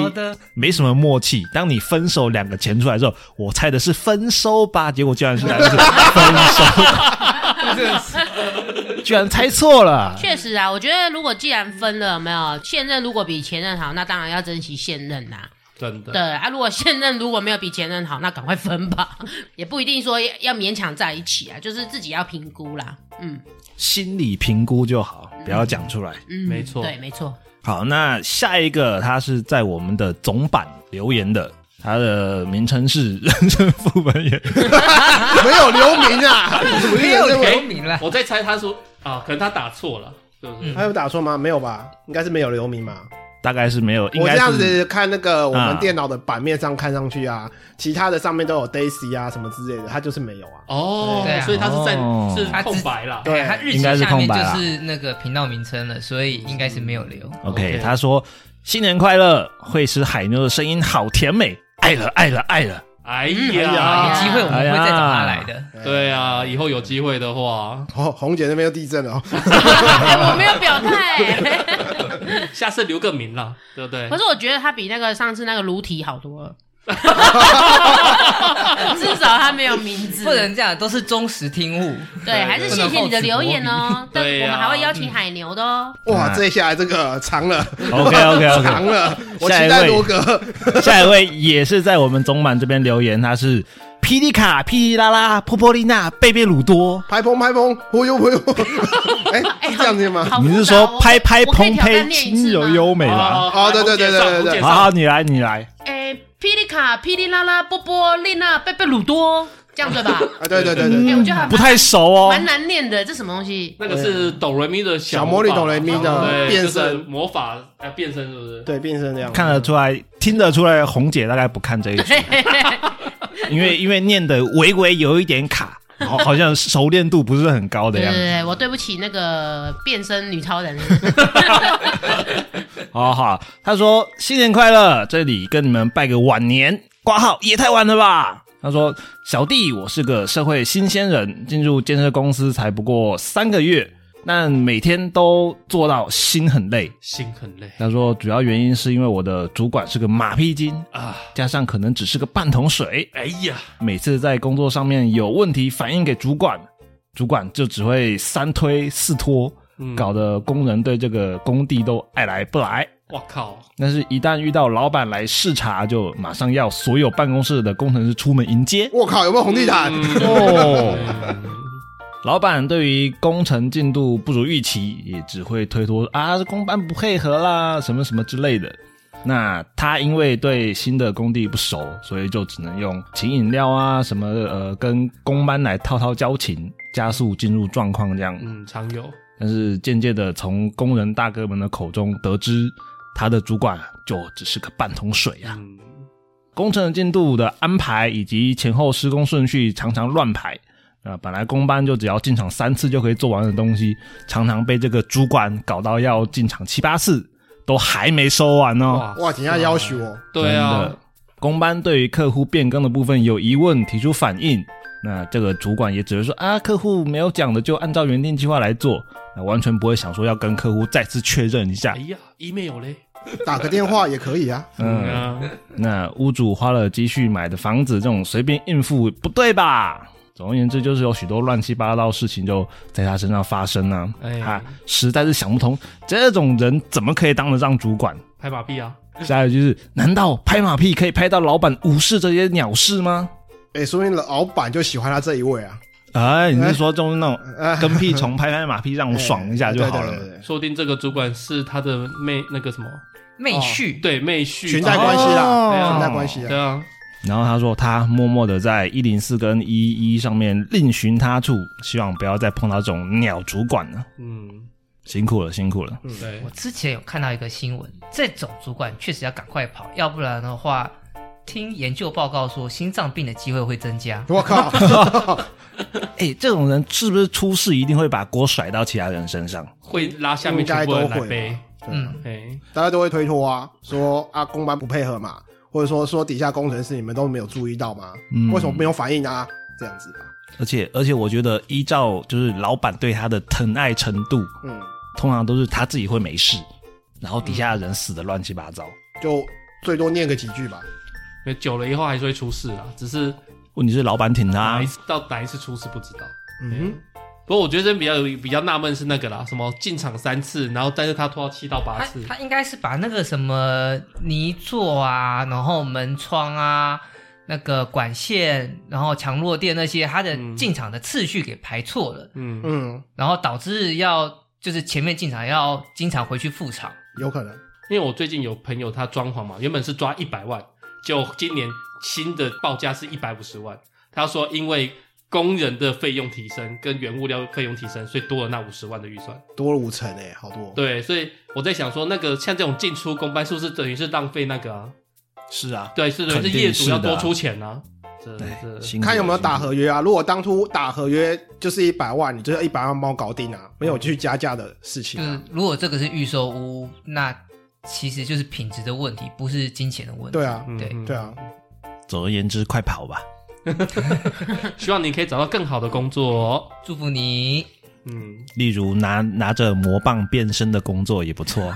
[SPEAKER 3] 没什么默契。当你分手两个钱出来之后，我猜的是分手吧，结果居然是分
[SPEAKER 6] [LAUGHS]
[SPEAKER 3] 手，居然猜错了。
[SPEAKER 4] 确实啊，我觉得如果既然分了，有没有现任如果比前任好，那当然要珍惜现任啦、
[SPEAKER 1] 真的
[SPEAKER 4] 对。啊，如果现任如果没有比前任好，那赶快分吧， [LAUGHS] 也不一定说要要勉强在一起啊，就是自己要评估啦。嗯
[SPEAKER 3] 心理评估就好，不要讲出来。
[SPEAKER 4] 嗯，
[SPEAKER 1] 没错
[SPEAKER 4] 对，没错。 [LAUGHS]
[SPEAKER 3] 好，那下一个他是在我们的总版留言的，他的名称是 [LAUGHS] 人生副本也
[SPEAKER 6] 没有留名啊，
[SPEAKER 2] 没有留名了。
[SPEAKER 1] 哎我在猜他说啊，可能他打错了，是不是？
[SPEAKER 6] 还有打错吗？没有吧，应该是没有留名嘛。
[SPEAKER 3] 大概是没有，应
[SPEAKER 6] 我
[SPEAKER 3] 该
[SPEAKER 6] 这样
[SPEAKER 3] 是
[SPEAKER 6] 子看那个我
[SPEAKER 3] 啊
[SPEAKER 6] 们电脑的版面上看上去啊，其他的上面都有 Daisy 啊什么之类的，它就是没有啊。
[SPEAKER 1] 哦
[SPEAKER 2] 对啊，
[SPEAKER 1] 所以他是在
[SPEAKER 3] 哦
[SPEAKER 1] 是空白啦。
[SPEAKER 6] 对
[SPEAKER 2] 哎它日期
[SPEAKER 3] 应该是
[SPEAKER 2] 下
[SPEAKER 3] 空
[SPEAKER 2] 面
[SPEAKER 3] 白啦
[SPEAKER 2] 就是那个频道名称了，所以应该是没有留。
[SPEAKER 3] OK，
[SPEAKER 1] OK
[SPEAKER 3] 他说新年快乐，会使海牛的声音好甜美，爱了爱了爱了。
[SPEAKER 1] 哎
[SPEAKER 6] 哎
[SPEAKER 1] 呀
[SPEAKER 2] 有
[SPEAKER 6] 呀，
[SPEAKER 2] 机会我们会再找他来
[SPEAKER 3] 哎
[SPEAKER 2] 的。
[SPEAKER 1] 对啊，以后有机会的话，
[SPEAKER 6] 红哦红姐那边又地震了
[SPEAKER 3] [LAUGHS]
[SPEAKER 6] 哦，
[SPEAKER 4] 哎我没有表态， [LAUGHS]
[SPEAKER 1] 下次留个名啦，对不对
[SPEAKER 4] 可？是我觉得他比那个上次那个卢体好多了， [LAUGHS] 至少他没有名字。
[SPEAKER 2] 不能这样，都是忠实听户。
[SPEAKER 4] 对，还是谢谢你的留言哦。但
[SPEAKER 1] 对
[SPEAKER 4] 我
[SPEAKER 1] 啊
[SPEAKER 4] 们还会邀请海牛的哦。
[SPEAKER 3] 啊
[SPEAKER 6] 哇，这下来这个长了，
[SPEAKER 3] OK OK
[SPEAKER 6] 长
[SPEAKER 3] OK，
[SPEAKER 6] 了，我
[SPEAKER 3] 下一位
[SPEAKER 6] 期待罗哥。
[SPEAKER 3] [LAUGHS] 下一位也是在我们总满这边留言，他是霹雳卡、霹雳拉拉、波波丽娜、贝贝鲁多。
[SPEAKER 6] 拍砰拍砰，忽悠
[SPEAKER 3] [LAUGHS]
[SPEAKER 6] 忽悠，哎、是这样念吗？
[SPEAKER 4] 好复杂哦
[SPEAKER 3] 你是说拍拍
[SPEAKER 4] 我可以
[SPEAKER 3] 砰
[SPEAKER 4] 挑战
[SPEAKER 3] 呸，
[SPEAKER 4] 念一
[SPEAKER 3] 轻
[SPEAKER 4] 次吗
[SPEAKER 3] 柔优美吗？
[SPEAKER 1] 好
[SPEAKER 6] 哦对对对对对对
[SPEAKER 1] 红姐上红姐
[SPEAKER 3] 好
[SPEAKER 1] 上
[SPEAKER 3] 好，你来你来，
[SPEAKER 4] 哎，霹雳卡、霹雳啦啦、波波、丽娜、贝贝鲁多，这样对吧？
[SPEAKER 6] 啊，对对对对
[SPEAKER 4] 哎，
[SPEAKER 6] 对，
[SPEAKER 4] 我觉得还
[SPEAKER 3] 不
[SPEAKER 4] 蛮
[SPEAKER 3] 太熟哦
[SPEAKER 4] 蛮。难念的，这什么东
[SPEAKER 3] [LAUGHS]
[SPEAKER 4] 西？
[SPEAKER 1] 那个是哆来咪的
[SPEAKER 6] 小
[SPEAKER 1] 魔
[SPEAKER 6] 魔
[SPEAKER 1] 女
[SPEAKER 6] 女哆来咪的变身
[SPEAKER 1] 魔法，呃，变身是不是？
[SPEAKER 6] 对，变成这样，
[SPEAKER 3] 看得出来，听得出来，红姐大概不看这一集，因为因为念的微微有一点卡。好好像熟练度不是很高的
[SPEAKER 4] 对
[SPEAKER 3] 样
[SPEAKER 4] 对
[SPEAKER 3] 子。
[SPEAKER 4] 对，我对不起那个变身女超人。 [LAUGHS]
[SPEAKER 3] 好好，他说新年快乐，这里跟你们拜个晚年，挂号也太晚
[SPEAKER 1] [LAUGHS]
[SPEAKER 3] 了吧。他说：“小弟，我是个社会新鲜人，进入建设公司才不过三个月，但每天都做到心很累。
[SPEAKER 1] 心很累”
[SPEAKER 3] 他说：“主要原因是因为我的主管是个马屁精，
[SPEAKER 1] 啊！
[SPEAKER 3] 加上可能只是个半桶水，
[SPEAKER 1] 哎呀，
[SPEAKER 3] 每次在工作上面有问题反映给主管，主管就只会三推四拖，
[SPEAKER 1] 嗯
[SPEAKER 3] 搞得工人对这个工地都爱来不来。
[SPEAKER 1] 我
[SPEAKER 6] [LAUGHS]
[SPEAKER 1] 靠，
[SPEAKER 3] 但是，一旦遇到老板来视察，就马上要所有办公室的工程师出门迎接。
[SPEAKER 6] 我靠，有没有红地毯？
[SPEAKER 3] 哦，
[SPEAKER 1] 嗯
[SPEAKER 3] 老板对于工程进度不如预期，也只会推脱啊，这工班不配合啦，什么什么之类的。那他因为对新的工地不熟，所以就只能用请饮料啊什么呃，跟工班来套套交情，加速进入状况这样。
[SPEAKER 1] 嗯，常有，
[SPEAKER 3] 但是渐渐的从工人大哥们的口中得知，他的主管就只是个半桶水啊。
[SPEAKER 1] 嗯，
[SPEAKER 3] 工程的进度的安排以及前后施工顺序常常乱排。啊、本来工班就只要进场三次就可以做完的东西，常常被这个主管搞到要进场七八次，都还没收完哦。
[SPEAKER 6] 哇，挺要要求哦。
[SPEAKER 3] [LAUGHS]
[SPEAKER 1] 对
[SPEAKER 3] 真
[SPEAKER 1] 啊
[SPEAKER 3] 的，，工班对于客户变更的部分有疑问提出反应，那这个主管也只是说啊，客户没有讲的就按照原定计划来做，那完全不会想说要跟客户再次确认一下
[SPEAKER 1] 哎。呀，email 嘞，
[SPEAKER 6] 打个电话也可以啊。
[SPEAKER 1] 嗯
[SPEAKER 3] 嗯，
[SPEAKER 1] 啊，
[SPEAKER 3] 那屋主花了积蓄买的房子，这种随便应付不对吧？总而言之，就是有许多乱七八糟的事情就在他身上发生呢、
[SPEAKER 1] 哎
[SPEAKER 3] 他实在是想不通，这种人怎么可以当得上主管？
[SPEAKER 1] 拍马屁啊，
[SPEAKER 3] 下一个就是，难道拍马屁可以拍到老板无视这些鸟事吗？
[SPEAKER 6] 哎，说明老板就喜欢他这一位啊。
[SPEAKER 3] 哎，你是说就是那种
[SPEAKER 6] 啊，
[SPEAKER 3] 跟屁虫拍拍马屁，让我爽一下就好了
[SPEAKER 6] 哎对
[SPEAKER 3] 嘛？
[SPEAKER 6] 对对对
[SPEAKER 1] 说不定这个主管是他的妹，那个什么，哦
[SPEAKER 2] 妹
[SPEAKER 3] 哦
[SPEAKER 2] 婿，
[SPEAKER 1] 对妹婿，
[SPEAKER 6] 裙带关系啦，
[SPEAKER 1] 对啊
[SPEAKER 6] 裙带关系
[SPEAKER 1] 对
[SPEAKER 6] 啊。
[SPEAKER 1] 啊，
[SPEAKER 3] 然后他说，他默默的在一零四跟一一上面另寻他处，希望不要再碰到这种鸟主管了。
[SPEAKER 1] 嗯，
[SPEAKER 3] 辛苦了，辛苦了。
[SPEAKER 1] 对
[SPEAKER 2] 我，之前有看到一个新闻，这种主管确实要赶快跑，要不然的话，听研究报告说心脏病的机会会增加。
[SPEAKER 6] 我靠，
[SPEAKER 3] [LAUGHS] 哎、这种人是不是出事一定会把锅甩到其他人身上？
[SPEAKER 1] 会拉下面全部人来背，
[SPEAKER 6] 啊
[SPEAKER 2] 嗯，
[SPEAKER 1] 哎，
[SPEAKER 6] 大家都会推脱啊，说啊工班不配合嘛，或者说说底下工程师你们都没有注意到吗？
[SPEAKER 3] 嗯
[SPEAKER 6] 为什么没有反应啊？这样子吧，
[SPEAKER 3] 而且而且，我觉得依照就是老板对他的疼爱程度，
[SPEAKER 6] 嗯，
[SPEAKER 3] 通常都是他自己会没事，然后底下的人死的乱七八糟。
[SPEAKER 6] 就最多念个几句吧。
[SPEAKER 1] 因为久了以后还是会出事啦，只是
[SPEAKER 3] 问题是老板挺他
[SPEAKER 1] 哪一，次到哪一次出事不知道。
[SPEAKER 6] 嗯
[SPEAKER 1] 不过我觉得这比较有比较纳闷是那个啦，什么进场三次，然后但是他拖到七到八
[SPEAKER 2] 他
[SPEAKER 1] 次，
[SPEAKER 2] 他应该是把那个什么泥做啊，然后门窗啊，那个管线，然后强弱电那些，他的
[SPEAKER 1] 嗯
[SPEAKER 2] 进场的次序给排错了，
[SPEAKER 1] 嗯，
[SPEAKER 6] 嗯，
[SPEAKER 2] 然后导致要就是前面进场要经常回去复场。
[SPEAKER 6] 有可能。
[SPEAKER 1] 因为我最近有朋友他装潢嘛，原本是抓一百万，就今年新的报价是一百五十万。他说因为工人的费用提升跟原物料费用提升，所以多了那五十万的预算。
[SPEAKER 3] 哦
[SPEAKER 6] 多了五成哎、好多。
[SPEAKER 1] 对，所以我在想说，那个像这种进出工班，是不是等于是浪费那个啊？
[SPEAKER 3] 是啊，
[SPEAKER 1] 对，是等于
[SPEAKER 3] 肯
[SPEAKER 1] 是
[SPEAKER 3] 定
[SPEAKER 1] 业主要
[SPEAKER 3] 是的
[SPEAKER 1] 多
[SPEAKER 3] 啊
[SPEAKER 1] 出钱啊。这
[SPEAKER 3] 对，
[SPEAKER 1] 这
[SPEAKER 3] 辛苦
[SPEAKER 6] 看有没有
[SPEAKER 3] 了
[SPEAKER 6] 打
[SPEAKER 3] 辛苦
[SPEAKER 6] 合约啊？如果当初打合约就是一百万，你就要一百万帮我搞定啊，没有去加价的事情
[SPEAKER 2] 就
[SPEAKER 6] 啊
[SPEAKER 2] 是。如果这个是预售屋，那其实就是品质的问题，不是金钱的问题。
[SPEAKER 6] 对啊，
[SPEAKER 1] 嗯
[SPEAKER 2] 对
[SPEAKER 1] 嗯
[SPEAKER 6] 对啊，
[SPEAKER 3] 总而言之，快跑吧！
[SPEAKER 1] 希望你可以找到更好的工作、哦。
[SPEAKER 2] 祝福你。
[SPEAKER 1] 嗯，
[SPEAKER 3] 例如拿拿着魔棒变身的工作也不错。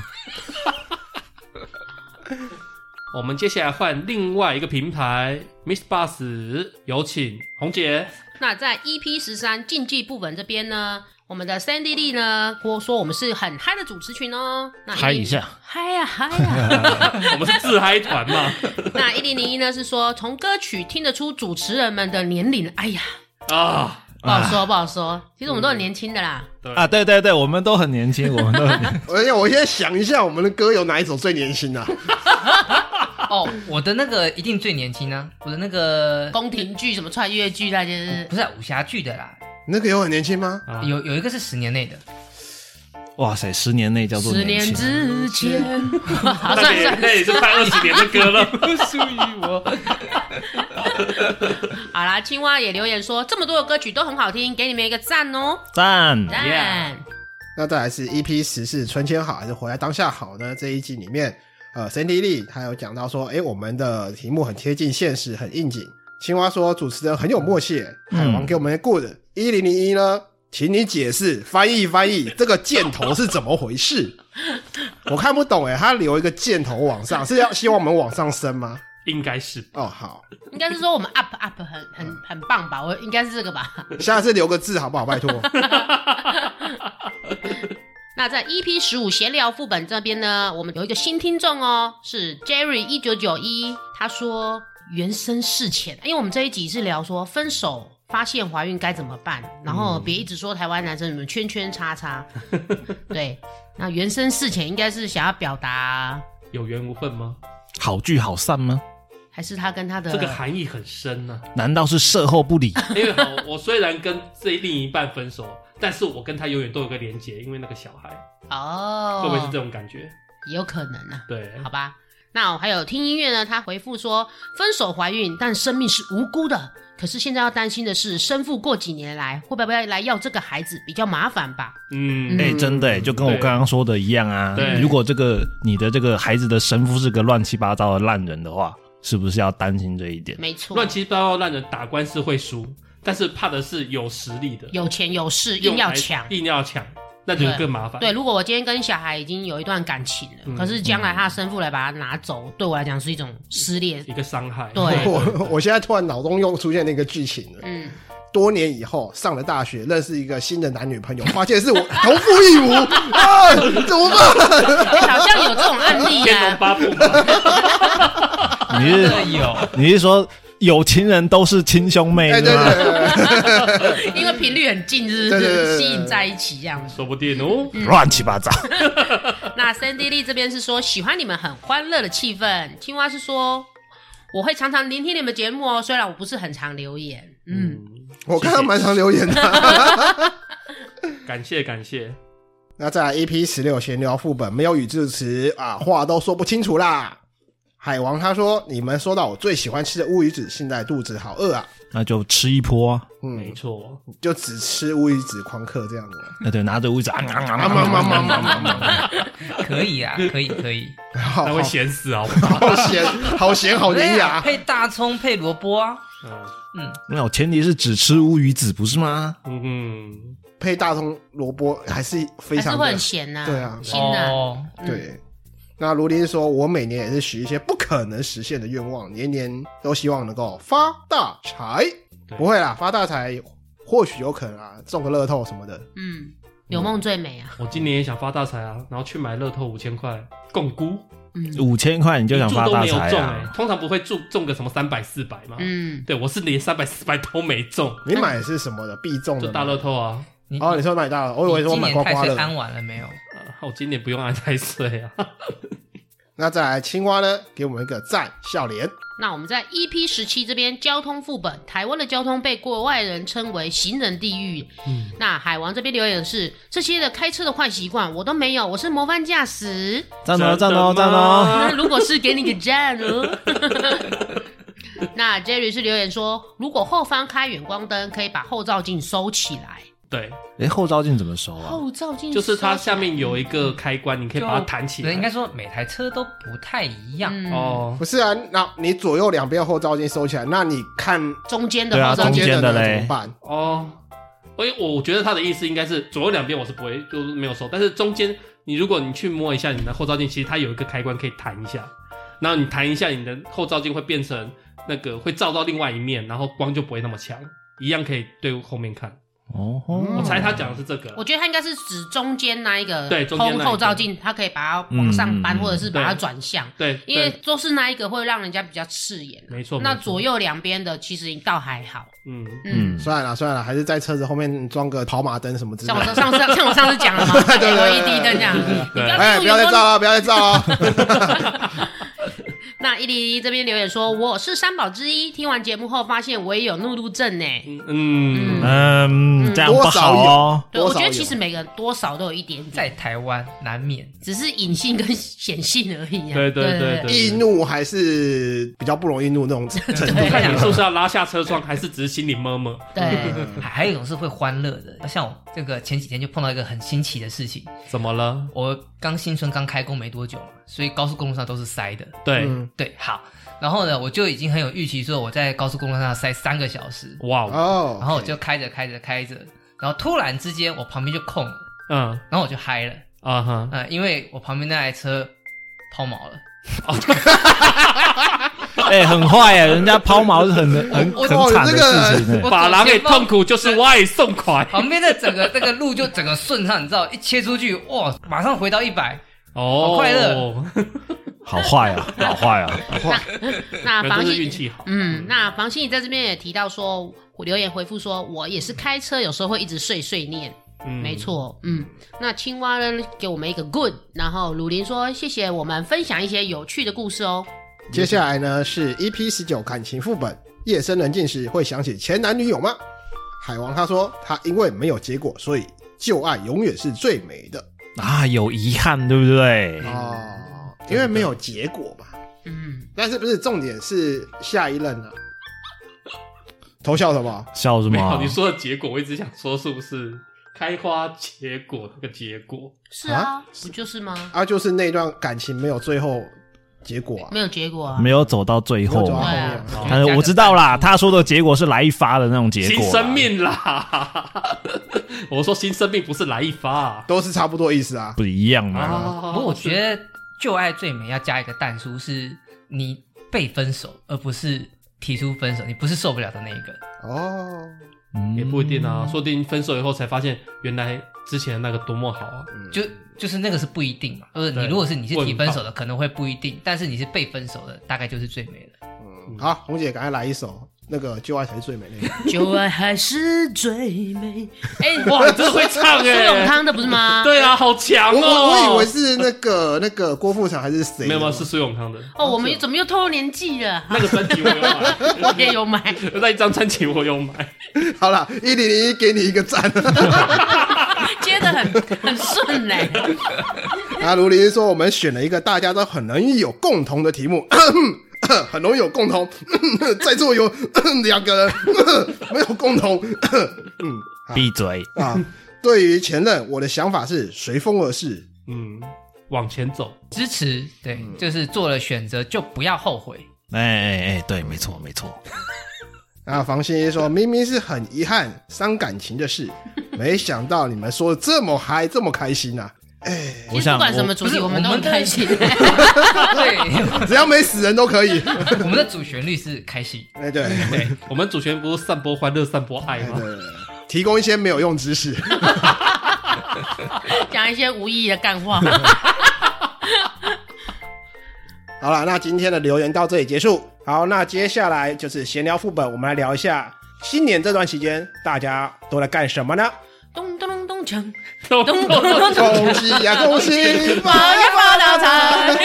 [SPEAKER 1] 我们接下来换另外一个平台，Miss Bus，有请红姐。
[SPEAKER 4] 那在 EP 十三竞技部分这边呢，我们的 Sandy Lee 呢，我说我们是很嗨的主持群哦。
[SPEAKER 3] [LAUGHS]
[SPEAKER 4] 那
[SPEAKER 3] 嗨一下，
[SPEAKER 4] 嗨呀嗨
[SPEAKER 3] [LAUGHS]
[SPEAKER 4] 呀。
[SPEAKER 1] 我们是自嗨团嘛？
[SPEAKER 4] 那一零零一呢是说从歌曲听得出主持人们的年龄，哎呀，
[SPEAKER 1] 啊，
[SPEAKER 4] 不好说不好说，其实我们都很年轻的啦。
[SPEAKER 3] 啊，对对对，我们都很年 [LAUGHS] 轻，我们都很年轻。
[SPEAKER 6] 而且我现在想一下，我们的歌有哪一首最年轻啊？
[SPEAKER 2] 哦，我的那个一定最年轻啊，我的那
[SPEAKER 3] 嗯
[SPEAKER 2] 个
[SPEAKER 4] 宫廷剧什么穿越剧，那些
[SPEAKER 3] [LAUGHS]
[SPEAKER 2] 不是啊武侠剧的啦，
[SPEAKER 6] 那个有很年轻吗？
[SPEAKER 1] 啊
[SPEAKER 2] 有有一个是十年内的，
[SPEAKER 3] 哇塞，十年内叫做
[SPEAKER 4] 十
[SPEAKER 3] 年
[SPEAKER 4] 年
[SPEAKER 3] 轻。
[SPEAKER 4] 之前，
[SPEAKER 3] [LAUGHS]
[SPEAKER 4] 好
[SPEAKER 1] 那
[SPEAKER 4] 算了
[SPEAKER 1] 也
[SPEAKER 4] 算了，
[SPEAKER 1] 那也是快二十年的歌 [LAUGHS] 了，属于我。
[SPEAKER 4] 好啦，青蛙也留言说这么多的歌曲都很好听，给你们一个赞哦，
[SPEAKER 3] 赞，
[SPEAKER 4] 赞。
[SPEAKER 1] Yeah
[SPEAKER 6] 那再来是 EP 十是存钱好还是活在当下好呢？这一季里面，呃，Cindy Lee 他有讲到说，诶，我们的题目很贴近现实，很应景。青蛙说主持人很有默契，海王给我们的 good。一零零一呢，请你解释翻译翻译这个箭头是怎么回事？我看不懂诶，他留一个箭头往上，是要希望我们往上升吗？
[SPEAKER 1] 应该是吧。
[SPEAKER 6] 哦，好，
[SPEAKER 4] 应该是说我们 up up 很很很棒吧，我应该是这个吧。 [LAUGHS]
[SPEAKER 6] 下次留个字好不好？拜托。
[SPEAKER 4] 那在 EP 十五闲聊副本这边呢，我们有一个新听众哦，是 Jerry 一九九一，他说原生事前，因为我们这一集是聊说分手。发现怀孕该怎么办？然后别一直说台湾男生你们圈圈叉叉，
[SPEAKER 1] 嗯 [LAUGHS]
[SPEAKER 4] 对。那原生事前应该是想要表达，
[SPEAKER 1] [LAUGHS] 有缘无分吗？
[SPEAKER 3] 好聚好散吗？
[SPEAKER 4] 还是他跟他的
[SPEAKER 1] 这个含义很深呢、
[SPEAKER 3] 难道是售后不理？
[SPEAKER 1] 因为好，我虽然跟这另一半分手，但是我跟他永远都有个连结，因为那个小孩，
[SPEAKER 4] 哦，
[SPEAKER 1] 会不会是这种感觉？
[SPEAKER 4] 也有可能啊。
[SPEAKER 1] 对，
[SPEAKER 4] 好吧。那我还有听音乐呢，他回复说分手怀孕，但生命是无辜的。可是现在要担心的是，生父过几年来会不会来要这个孩子，比较麻烦吧？
[SPEAKER 1] 嗯，
[SPEAKER 3] 哎、真的、哎，就跟我刚刚说的一样啊
[SPEAKER 1] 对。
[SPEAKER 3] 如果这个你的这个孩子的神父是个乱七八糟的烂人的话，是不是要担心这一点？
[SPEAKER 4] 没错，
[SPEAKER 1] 乱七八糟让人打官司会输，但是怕的是有实力的，
[SPEAKER 4] 有钱有势，硬要抢。
[SPEAKER 1] 硬要抢，那就更麻烦。
[SPEAKER 4] 对，，如果我今天跟小孩已经有一段感情了，
[SPEAKER 1] 嗯
[SPEAKER 4] 可是将来他的生父来把他拿走，对我来讲是一种撕裂。
[SPEAKER 6] 嗯
[SPEAKER 1] 一个伤害。
[SPEAKER 4] 对啊
[SPEAKER 6] 我我现在突然脑中又出现那个剧情了。
[SPEAKER 4] 嗯，
[SPEAKER 6] 多年以后上了大学，认识一个新的男女朋友，发现是我同父异母啊，怎么办？
[SPEAKER 4] 哎好像有这种案例
[SPEAKER 1] 天
[SPEAKER 6] [LAUGHS]
[SPEAKER 1] 龙
[SPEAKER 4] 啊。
[SPEAKER 1] 八部嘛，
[SPEAKER 3] 你是
[SPEAKER 2] 真的有，
[SPEAKER 3] [LAUGHS] 你是说有情人都是亲兄妹
[SPEAKER 6] 哎，
[SPEAKER 3] 是
[SPEAKER 6] 对
[SPEAKER 3] 吗？
[SPEAKER 6] 对
[SPEAKER 4] 因为频率很近，是不
[SPEAKER 6] 对对对对
[SPEAKER 4] 是
[SPEAKER 6] 对
[SPEAKER 4] 吸引在一起这样子？
[SPEAKER 1] 说不定哦。
[SPEAKER 4] 嗯
[SPEAKER 6] 嗯
[SPEAKER 3] 乱七八糟。 [LAUGHS]
[SPEAKER 4] 那 Sandy Lee 这边是说喜欢你们很欢乐的气氛，青蛙是说我会常常聆听你们节目哦，虽然我不是很常留言，嗯，
[SPEAKER 1] 嗯，
[SPEAKER 6] 我看到蛮常留言的。
[SPEAKER 1] 感谢感谢，
[SPEAKER 6] 那再来 EP 十六闲聊副本，没有语助词啊，话都说不清楚啦。海王他说：“你们说到我最喜欢吃的乌鱼子，现在肚子好饿啊，
[SPEAKER 3] 那就吃一波、啊。
[SPEAKER 1] 没
[SPEAKER 6] 嗯，
[SPEAKER 1] 错，
[SPEAKER 6] 就只吃乌鱼子狂嗑这样子。
[SPEAKER 3] 那对，拿着屋子啊啊啊
[SPEAKER 6] 啊”
[SPEAKER 3] 啊
[SPEAKER 6] 嘛
[SPEAKER 3] 啊
[SPEAKER 6] 嘛
[SPEAKER 3] 啊
[SPEAKER 6] 嘛嘛嘛嘛，
[SPEAKER 2] 可以啊，可以可以。
[SPEAKER 1] 那
[SPEAKER 6] 好
[SPEAKER 1] 会
[SPEAKER 6] 咸，
[SPEAKER 1] 咸死啊
[SPEAKER 3] [LAUGHS]
[SPEAKER 1] 好不好？
[SPEAKER 6] 好咸，好咸，好
[SPEAKER 2] 对
[SPEAKER 6] 粘
[SPEAKER 2] 啊，
[SPEAKER 6] 牙。
[SPEAKER 2] 配大葱配萝卜啊，
[SPEAKER 1] 嗯
[SPEAKER 2] 嗯，
[SPEAKER 3] 没有，前提是只吃乌鱼子，不是吗？
[SPEAKER 1] 嗯，
[SPEAKER 6] 配大葱萝卜还是非
[SPEAKER 4] 还是
[SPEAKER 6] 常
[SPEAKER 4] 会
[SPEAKER 6] 的
[SPEAKER 4] 很闲呐、
[SPEAKER 6] 对啊
[SPEAKER 4] 心呐、
[SPEAKER 2] 哦，
[SPEAKER 4] 嗯
[SPEAKER 6] 对，那卢林说，我每年也是许一些不可能实现的愿望，年年都希望能够发大财。
[SPEAKER 1] 对
[SPEAKER 6] 不会啦，发大财或许有可能啊，中个乐透什么的。
[SPEAKER 4] 嗯，有梦最美啊，
[SPEAKER 1] 我今年也想发大财啊，然后去买乐透五千块共估，
[SPEAKER 4] 嗯
[SPEAKER 3] 五千块你就想
[SPEAKER 1] 一注
[SPEAKER 3] 发
[SPEAKER 1] 都
[SPEAKER 3] 大
[SPEAKER 1] 没有
[SPEAKER 3] 财
[SPEAKER 1] 中哎
[SPEAKER 3] 啊？，
[SPEAKER 1] 通常不会中中个什么三百四百嘛。
[SPEAKER 4] 嗯，
[SPEAKER 1] 对，我是连三百四百都没中，
[SPEAKER 6] 你买的是什么的？必中
[SPEAKER 1] 就
[SPEAKER 6] 的
[SPEAKER 1] 大
[SPEAKER 6] 吗
[SPEAKER 1] 乐透啊！
[SPEAKER 2] 你
[SPEAKER 6] 哦，你说买大乐，我以为
[SPEAKER 2] 你
[SPEAKER 6] 说
[SPEAKER 2] 今
[SPEAKER 6] 买
[SPEAKER 2] 年
[SPEAKER 6] 刮
[SPEAKER 2] 太
[SPEAKER 6] 刮
[SPEAKER 2] 岁
[SPEAKER 6] 乐。
[SPEAKER 2] 安完了没有？
[SPEAKER 1] 啊我今年不用安太岁啊， [LAUGHS]
[SPEAKER 6] 那再来青蛙呢，给我们一个赞，笑脸。
[SPEAKER 4] 那我们在 EP 十七这边交通副本，台湾的交通被国外人称为行人地狱。
[SPEAKER 1] 嗯
[SPEAKER 4] 那海王这边留言是这些的开车的坏习惯我都没有，我是模范驾驶。
[SPEAKER 3] 赞哦赞哦
[SPEAKER 1] 真的
[SPEAKER 3] 赞
[SPEAKER 1] 吗
[SPEAKER 3] 哦！
[SPEAKER 4] 那如果是给
[SPEAKER 1] [LAUGHS]
[SPEAKER 4] 你个赞哦。那 Jerry 是留言说，如果后方开远光灯，可以把后照镜收起来。
[SPEAKER 1] 对，
[SPEAKER 3] 哎，后照镜怎么收啊？
[SPEAKER 4] 后照镜
[SPEAKER 1] 就是它
[SPEAKER 4] 收起来
[SPEAKER 1] 下面有一个开关，你可以把它弹起来。
[SPEAKER 2] 对，应该说每台车都不太一样，
[SPEAKER 4] 嗯
[SPEAKER 1] 哦，
[SPEAKER 6] 不是啊，那你左右两边后照镜收起来，那你看
[SPEAKER 4] 中间的
[SPEAKER 3] 对啊
[SPEAKER 4] 后照
[SPEAKER 6] 中
[SPEAKER 4] 镜
[SPEAKER 3] 中。间
[SPEAKER 6] 间的
[SPEAKER 3] 的
[SPEAKER 6] 呢
[SPEAKER 3] 嘞
[SPEAKER 6] 怎么办？
[SPEAKER 1] 哦，哎，我觉得他的意思应该是左右两边我是不会，就是没有收，但是中间你如果你去摸一下你的后照镜，其实它有一个开关可以弹一下，然后你弹一下，你的后照镜会变成那个会照到另外一面，然后光就不会那么强，一样可以对后面看。
[SPEAKER 3] 哦
[SPEAKER 1] 我
[SPEAKER 3] 吼，
[SPEAKER 1] 猜他讲的是这个
[SPEAKER 4] 我，觉得他应该是指中间那一个
[SPEAKER 1] 对中间那
[SPEAKER 4] 后
[SPEAKER 1] 一个
[SPEAKER 4] 后照镜，它可以把它往上
[SPEAKER 3] 嗯
[SPEAKER 4] 搬，
[SPEAKER 3] 嗯嗯
[SPEAKER 4] 或者是把它
[SPEAKER 1] 对
[SPEAKER 4] 转向，
[SPEAKER 1] 对，
[SPEAKER 4] 因为
[SPEAKER 1] 对
[SPEAKER 4] 都是那一个会让人家比较刺眼。
[SPEAKER 1] 没错，
[SPEAKER 4] 那
[SPEAKER 1] 没错
[SPEAKER 4] 左右两边的其实倒还好，
[SPEAKER 1] 嗯，
[SPEAKER 4] 嗯，
[SPEAKER 3] 嗯，
[SPEAKER 6] 算了算了，还是在车子后面装个跑马灯什么之类
[SPEAKER 4] 像我
[SPEAKER 6] 的。
[SPEAKER 4] 上上像我上次讲了嘛
[SPEAKER 6] [LAUGHS] 对对对对
[SPEAKER 4] ，LED 灯这样，你不
[SPEAKER 1] 对
[SPEAKER 4] 要
[SPEAKER 6] 哎，不
[SPEAKER 4] 给我
[SPEAKER 6] 要再
[SPEAKER 4] 远光
[SPEAKER 6] 照了，不要再照了。
[SPEAKER 4] 那一零一这边留言说我是三宝之一，听完节目后发现我也有怒路症呢、
[SPEAKER 1] 嗯，
[SPEAKER 3] 嗯，这样不
[SPEAKER 6] 多少
[SPEAKER 3] 好
[SPEAKER 6] 有
[SPEAKER 3] 哦。
[SPEAKER 4] 对，我
[SPEAKER 6] 多少
[SPEAKER 4] 觉得
[SPEAKER 6] 有
[SPEAKER 4] 其实每个人多少都有一点
[SPEAKER 2] 在
[SPEAKER 1] 嗯
[SPEAKER 4] 点，
[SPEAKER 2] 台湾难免
[SPEAKER 4] 只是隐性跟显性而已、啊。
[SPEAKER 1] 对对
[SPEAKER 4] 对
[SPEAKER 1] 对对
[SPEAKER 6] [LAUGHS] 易怒还是比较不容易怒那种程度。
[SPEAKER 1] 看你是不是要拉下车窗，还是只是心里摸摸？嗯
[SPEAKER 4] 对，
[SPEAKER 2] 还还有一种是会欢乐的，像我这个前几天就碰到一个很新奇的事情。
[SPEAKER 1] 怎么了？
[SPEAKER 2] 我刚新村刚开工没多久嘛，所以高速公路上都是塞的。
[SPEAKER 1] 对，
[SPEAKER 6] 嗯
[SPEAKER 2] 对，好，然后呢，我就已经很有预期说我在高速公路上塞三个小时，
[SPEAKER 1] 哇哦，
[SPEAKER 6] 哦，
[SPEAKER 2] 然后我就开着开着开着，然后突然之间我旁边就空了，
[SPEAKER 1] 嗯
[SPEAKER 2] 然后我就嗨了，
[SPEAKER 1] 啊哈，
[SPEAKER 2] 呃，因为我旁边那台车抛锚了，
[SPEAKER 3] 哎、很坏哎，人家抛锚是
[SPEAKER 6] [LAUGHS]
[SPEAKER 3] 很很
[SPEAKER 2] 我
[SPEAKER 3] 很惨的事情、
[SPEAKER 2] 我
[SPEAKER 3] 哎
[SPEAKER 1] 把狼给
[SPEAKER 2] 左前方
[SPEAKER 1] 痛苦就是外送款
[SPEAKER 2] 旁边的整个那个路就整个顺畅，你知道，一切出去，哇，马上回到一百，
[SPEAKER 1] 哦，
[SPEAKER 2] 好快乐，
[SPEAKER 3] 好坏啊，好坏啊！ [LAUGHS]
[SPEAKER 4] 那
[SPEAKER 1] 可能
[SPEAKER 2] 啊
[SPEAKER 4] 房
[SPEAKER 1] 都是
[SPEAKER 4] 心
[SPEAKER 1] 运气好。
[SPEAKER 4] 嗯，那房心怡在这边也提到说，留言回复说我也是开车，有时候会一直碎碎念。
[SPEAKER 1] 嗯
[SPEAKER 4] 没，错，嗯，那青蛙呢给我们一个 good，然后鲁林说谢谢我们分享一些有趣的故事哦，
[SPEAKER 6] 接下来呢是 EP 十九感情副本，夜深人静时会想起前男女友吗？海王他说他因为没有结果，所以旧爱永远是最美的
[SPEAKER 3] 啊，有遗憾，对不对？
[SPEAKER 6] 哦，因为没有结果嘛。
[SPEAKER 4] 嗯，
[SPEAKER 6] 但是不是重点是下一任啊？偷笑什么？
[SPEAKER 3] 笑什
[SPEAKER 1] 没有
[SPEAKER 3] 么？啊
[SPEAKER 1] 你说的结果，我一直想说是不是开花结果那个结果？
[SPEAKER 4] 是啊，
[SPEAKER 6] 啊
[SPEAKER 4] 不就是吗？
[SPEAKER 6] 啊，就是那段感情没有最后结果啊
[SPEAKER 4] 没，有结果啊，
[SPEAKER 3] 没有走到最
[SPEAKER 6] 没有
[SPEAKER 3] 后
[SPEAKER 6] 走到后
[SPEAKER 3] 嘛？
[SPEAKER 6] 面啊。
[SPEAKER 1] 对啊
[SPEAKER 3] 但是哦我知道啦，他说的结果是来一发的那种结
[SPEAKER 1] 新
[SPEAKER 3] 果，
[SPEAKER 1] 生。命啦！ [LAUGHS] 我说新生命不是来一发啊
[SPEAKER 6] 都是差不多意思啊。
[SPEAKER 3] 不一样嘛？
[SPEAKER 1] 啊！
[SPEAKER 2] 不过我觉得旧爱最美要加一个淡书，是你被分手，而不是提出分手，你不是受不了的那一个。
[SPEAKER 6] 哦，
[SPEAKER 3] 嗯
[SPEAKER 1] 也不一定啊，说不定分手以后才发现原来之前那个多么好啊！
[SPEAKER 3] 嗯
[SPEAKER 2] 就就是那个是不一定嘛，呃，
[SPEAKER 1] 对
[SPEAKER 2] 你如果是你是提分手的，可能会不一定，但是你是被分手的，大概就是最美的。
[SPEAKER 6] 嗯好，红姐赶快来一首那个《旧爱才是最美》那个。
[SPEAKER 4] 旧爱还是最美。哎、
[SPEAKER 1] 哇，你真的会唱
[SPEAKER 4] 苏永
[SPEAKER 1] 哎！
[SPEAKER 4] 康的不是吗？
[SPEAKER 1] 对啊，好强
[SPEAKER 6] 我
[SPEAKER 1] 哦！
[SPEAKER 6] 我我以为是那个那个郭富城还是谁？啊
[SPEAKER 1] 没有没有是苏永康的
[SPEAKER 4] 哦，我们怎么又透露年纪了？
[SPEAKER 1] 那个专辑我有
[SPEAKER 6] [LAUGHS]
[SPEAKER 1] 买，
[SPEAKER 4] 我也有买， [LAUGHS]
[SPEAKER 1] 那一张专辑我有买。
[SPEAKER 6] 好了，一零零一给你一个赞。
[SPEAKER 1] [LAUGHS]
[SPEAKER 4] 接的很很顺嘞、
[SPEAKER 6] 啊，卢林说我们选了一个大家都很容易有共同的题目， [COUGHS] 很容易有共同， [COUGHS] 在座有 [COUGHS] 两个人 [COUGHS] 没有共同
[SPEAKER 3] 闭嘴！
[SPEAKER 6] 啊。对于前任，我的想法是随风而逝。
[SPEAKER 1] 嗯，往前走，
[SPEAKER 2] 支持，对，
[SPEAKER 3] 嗯
[SPEAKER 2] 就是做了选择就不要后悔。 [LAUGHS]
[SPEAKER 3] 哎哎哎，对，没错没错。
[SPEAKER 6] 啊，房心一
[SPEAKER 4] [LAUGHS]
[SPEAKER 6] 说明明是很遗憾伤感情的事，没想到你们说的这么嗨，这么开心啊！
[SPEAKER 3] 我
[SPEAKER 4] 其实不
[SPEAKER 3] 想
[SPEAKER 4] 管什么
[SPEAKER 3] 我
[SPEAKER 4] 主题，
[SPEAKER 2] 不是
[SPEAKER 4] 我们都很
[SPEAKER 2] 我们的
[SPEAKER 4] 开心。
[SPEAKER 2] 对， [LAUGHS]
[SPEAKER 6] 只要没死人都可以。
[SPEAKER 2] 我们的主旋律是开心。
[SPEAKER 6] 哎，对，哎
[SPEAKER 1] 对我们主旋律不是散播欢乐、散播爱
[SPEAKER 6] 对
[SPEAKER 1] 吗？
[SPEAKER 6] 对，提供一些没有用知识。
[SPEAKER 4] [LAUGHS] 讲一些无意义的干话。
[SPEAKER 6] 好了，那今天的留言到这里结束。好，那接下来就是闲聊副本，我们来聊一下新年这段期间大家都在干什么呢？
[SPEAKER 4] 咚咚咚咚锵，
[SPEAKER 1] [LAUGHS] 咚
[SPEAKER 4] 咚咚咚咚。
[SPEAKER 6] 恭喜呀、恭喜发
[SPEAKER 4] 发
[SPEAKER 6] 呀
[SPEAKER 4] 呀
[SPEAKER 6] 发
[SPEAKER 4] 发
[SPEAKER 6] 大财！
[SPEAKER 4] 大财！